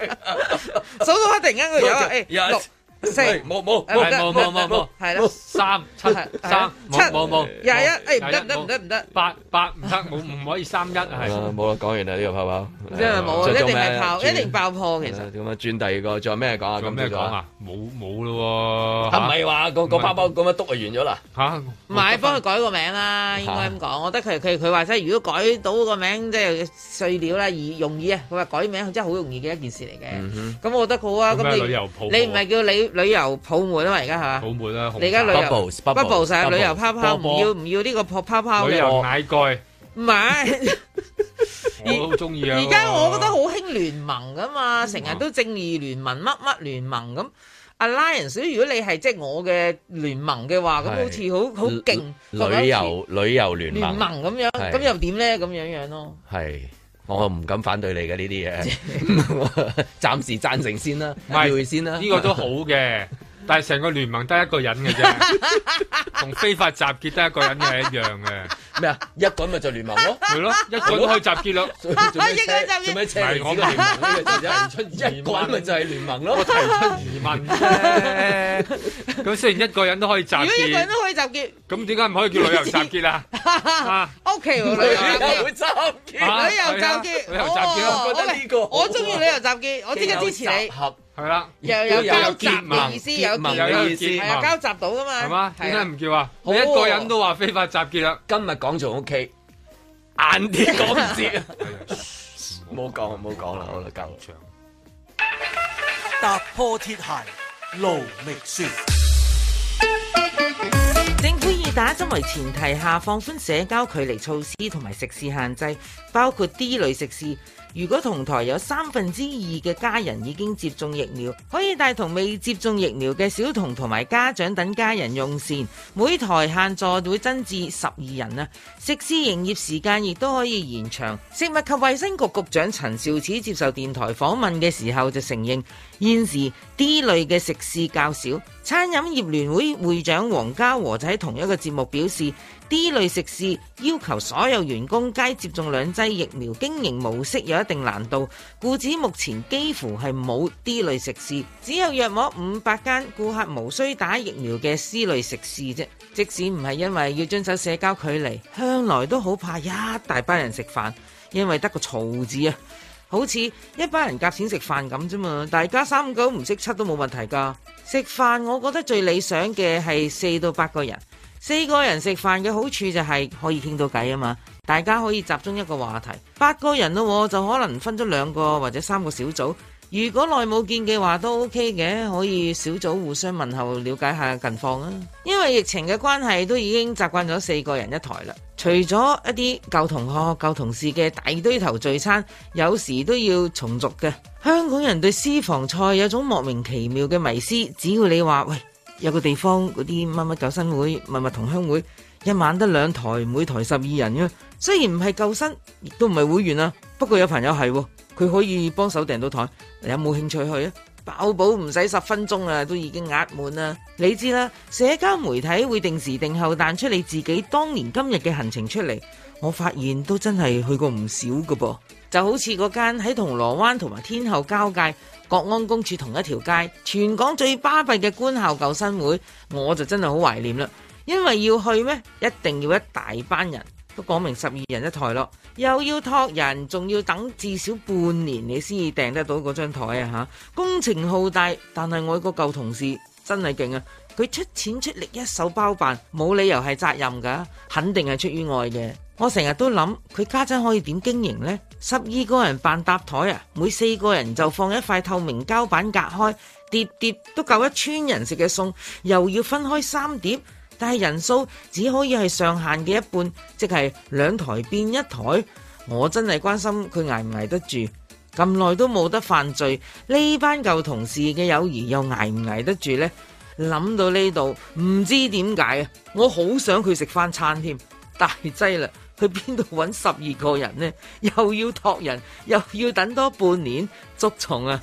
D: 數到一突然間佢 有啊，誒
B: 一
D: 六四
B: 冇冇
D: 誒唔
C: 係
D: 得
C: 冇
D: 唔得
C: 冇冇冇，
D: 係啦，
C: 三七三
D: 七
C: 冇冇冇
D: 廿一誒
C: 冇
D: 唔得唔得唔得唔得，
C: 八八唔得，冇唔可以三一係。
B: 冇啦，講完啦呢個泡泡，
D: 真係冇啊，
B: 再
D: 一
B: 做咩
D: 定係爆，一
B: 轉
D: 定爆破其實。
B: 咁啊，轉第二個，仲有咩講啊？
C: 仲有咩講啊？冇冇咯
B: 啊唔係話個個包包咁樣篤啊完咗啦？
C: 嚇！
D: 唔係，幫佢改個名啦，應該咁講。我覺得佢佢佢話真係，如果改到個名，即係碎料啦，易容易啊。佢話改名真係好容易嘅一件事嚟嘅。咁我覺得好啊。
C: 咁
D: 咁
C: 咩
D: 你你
C: 旅遊泡沫
D: 唔係叫旅旅遊泡沫啊嘛？而家係嘛？
C: 泡沫啦，紅
D: 你而家旅遊
B: Bubbles，bubbles，
D: bubble 晒
B: bubbles，
D: 旅遊泡泡，
B: 波
D: 唔
B: 波
D: 要唔要呢個泡泡泡
C: 旅
D: 嘅。
C: 遊奶蓋，
D: 唔係，
C: 我都好中意啊！
D: 而家我覺得好興聯盟噶嘛，成日都正義聯盟乜乜聯盟咁。Alliance，如果你係即係我嘅聯盟嘅話，咁好似好好勁。
B: 旅遊旅遊聯盟
D: 聯盟咁樣，
B: 係
D: 咁又點咧？咁樣樣咯，
B: 係。我唔敢反對你嘅呢啲嘢， 暫時贊成先啦，
C: 唔係
B: 要先啦。
C: 呢個都好嘅，但係成個聯盟得一個人 嘅啫，同非法集結得一個人嘅一樣嘅。
B: 咩啊？ 一個人咪就聯盟咯，
C: 係咯，一個人可以集結咯。
B: 做 咩
D: 一個人就
B: 車
D: 聯
B: 做咩車
C: 唔係
B: 釐子
C: 我
B: 嘅聯盟呢個就有人出 一個人咪就係聯盟咯。
C: 疑問啫。咁雖然一個人都可以集
D: 如果一個人
C: 結，
D: 都可以集結，
C: 咁點解唔可以叫旅遊 集結啊？啊
D: OK 喎，旅遊集結，
B: 旅遊集結。
C: 啊
D: 旅遊集
C: 係啊
D: 結，
C: 旅遊集結啊
D: 哦
B: 我覺得呢個
D: 我我中意旅遊集結，我即刻支持你，
B: 合
C: 係啦，
D: 又
B: 又
D: 有
B: 有
D: 交集
B: 結
D: 嘅
B: 盟
D: 意思，
B: 結
D: 有
B: 盟
D: 結
B: 嘅
D: 盟
B: 意思
D: 係啊，交集到噶嘛，
C: 係嘛？點
D: 係
C: 解
D: 啊
C: 唔叫啊？
D: 好
C: 你
D: 喎
C: 一個人都話非法集結啦，
B: 今日講仲 OK，晏啲講唔知 啊。冇講，冇講啦，好啦，夠。
A: 踏破鐵鞋路未雪。
D: 政府以打針為前提下放寬社交距離措施同埋食肆限制，包括 D 類食肆。如果同台有三分之二嘅家人已經接種疫苗，可以帶同未接種疫苗嘅小童同埋家長等家人用膳，每台限座會增至十二人啊。食肆營業時間亦都可以延長。食物及衛生局局長陳肇始接受電台訪問嘅時候就承認，現時 D 類嘅食肆較少。餐飲業聯會會長黃家和就喺同一個節目表示，D 類食肆要求所有員工皆接種兩劑疫苗，經營模式有一定難度，故此目前幾乎係冇 D 類食肆，只有約摸五百間顧客無需打疫苗嘅 C 類食肆啫。即使唔係因為要遵守社交距離，向來都好怕一大班人食飯，因為得個嘈字啊。好似一班人夾錢食飯咁啫嘛，大家三五九唔識七都冇問題㗎。食飯我覺得最理想嘅係四到八個人，四個人食飯嘅好處就係可以傾到偈啊嘛，大家可以集中一個話題。八個人咯喎，就可能分咗兩個或者三個小組。如果耐冇見嘅話都 OK 嘅，可以小組互相問候，了解下近況啊。因為疫情嘅關係，都已經習慣咗四個人一台啦。除咗一啲舊同學、舊同事嘅大堆頭聚餐，有時都要重續嘅。香港人對私房菜有種莫名其妙嘅迷思，只要你話喂，有個地方嗰啲乜乜救生會、乜乜同鄉會，一晚得兩台，每台十二人嘅。雖然唔係救生，亦都唔係會員啊，不過有朋友係喎，佢可以幫手訂到台，你有冇興趣去啊？爆寶唔使十分鐘啊，都已經壓滿啦。你知啦，社交媒體會定時定候彈出你自己當年今日嘅行程出嚟。我發現都真係去過唔少㗎噃，就好似嗰間喺銅鑼灣同埋天后交界國安公署同一條街，全港最巴閉嘅官校救生會，我就真係好懷念啦。因為要去咩，一定要一大班人，都講明十二人一台咯，又要託人，仲要等至少半年你先至訂得到嗰張台啊吓，工程浩大，但係我個舊同事真係勁啊！佢出錢出力一手包辦，冇理由係責任㗎，肯定係出於愛嘅。我成日都諗佢家陣可以點經營呢？十二個人扮搭台啊，每四個人就放一塊透明膠板隔開，碟碟都夠一村人食嘅餸，又要分開三碟。但係人數只可以係上限嘅一半，即係兩台變一台。我真係關心佢捱唔捱得住。咁耐都冇得犯罪，呢班舊同事嘅友誼又捱唔捱得住呢？諗到呢度，唔知點解啊！我好想佢食翻餐添，大劑啦！去邊度揾十二個人呢？又要托人，又要等多半年，捉蟲啊！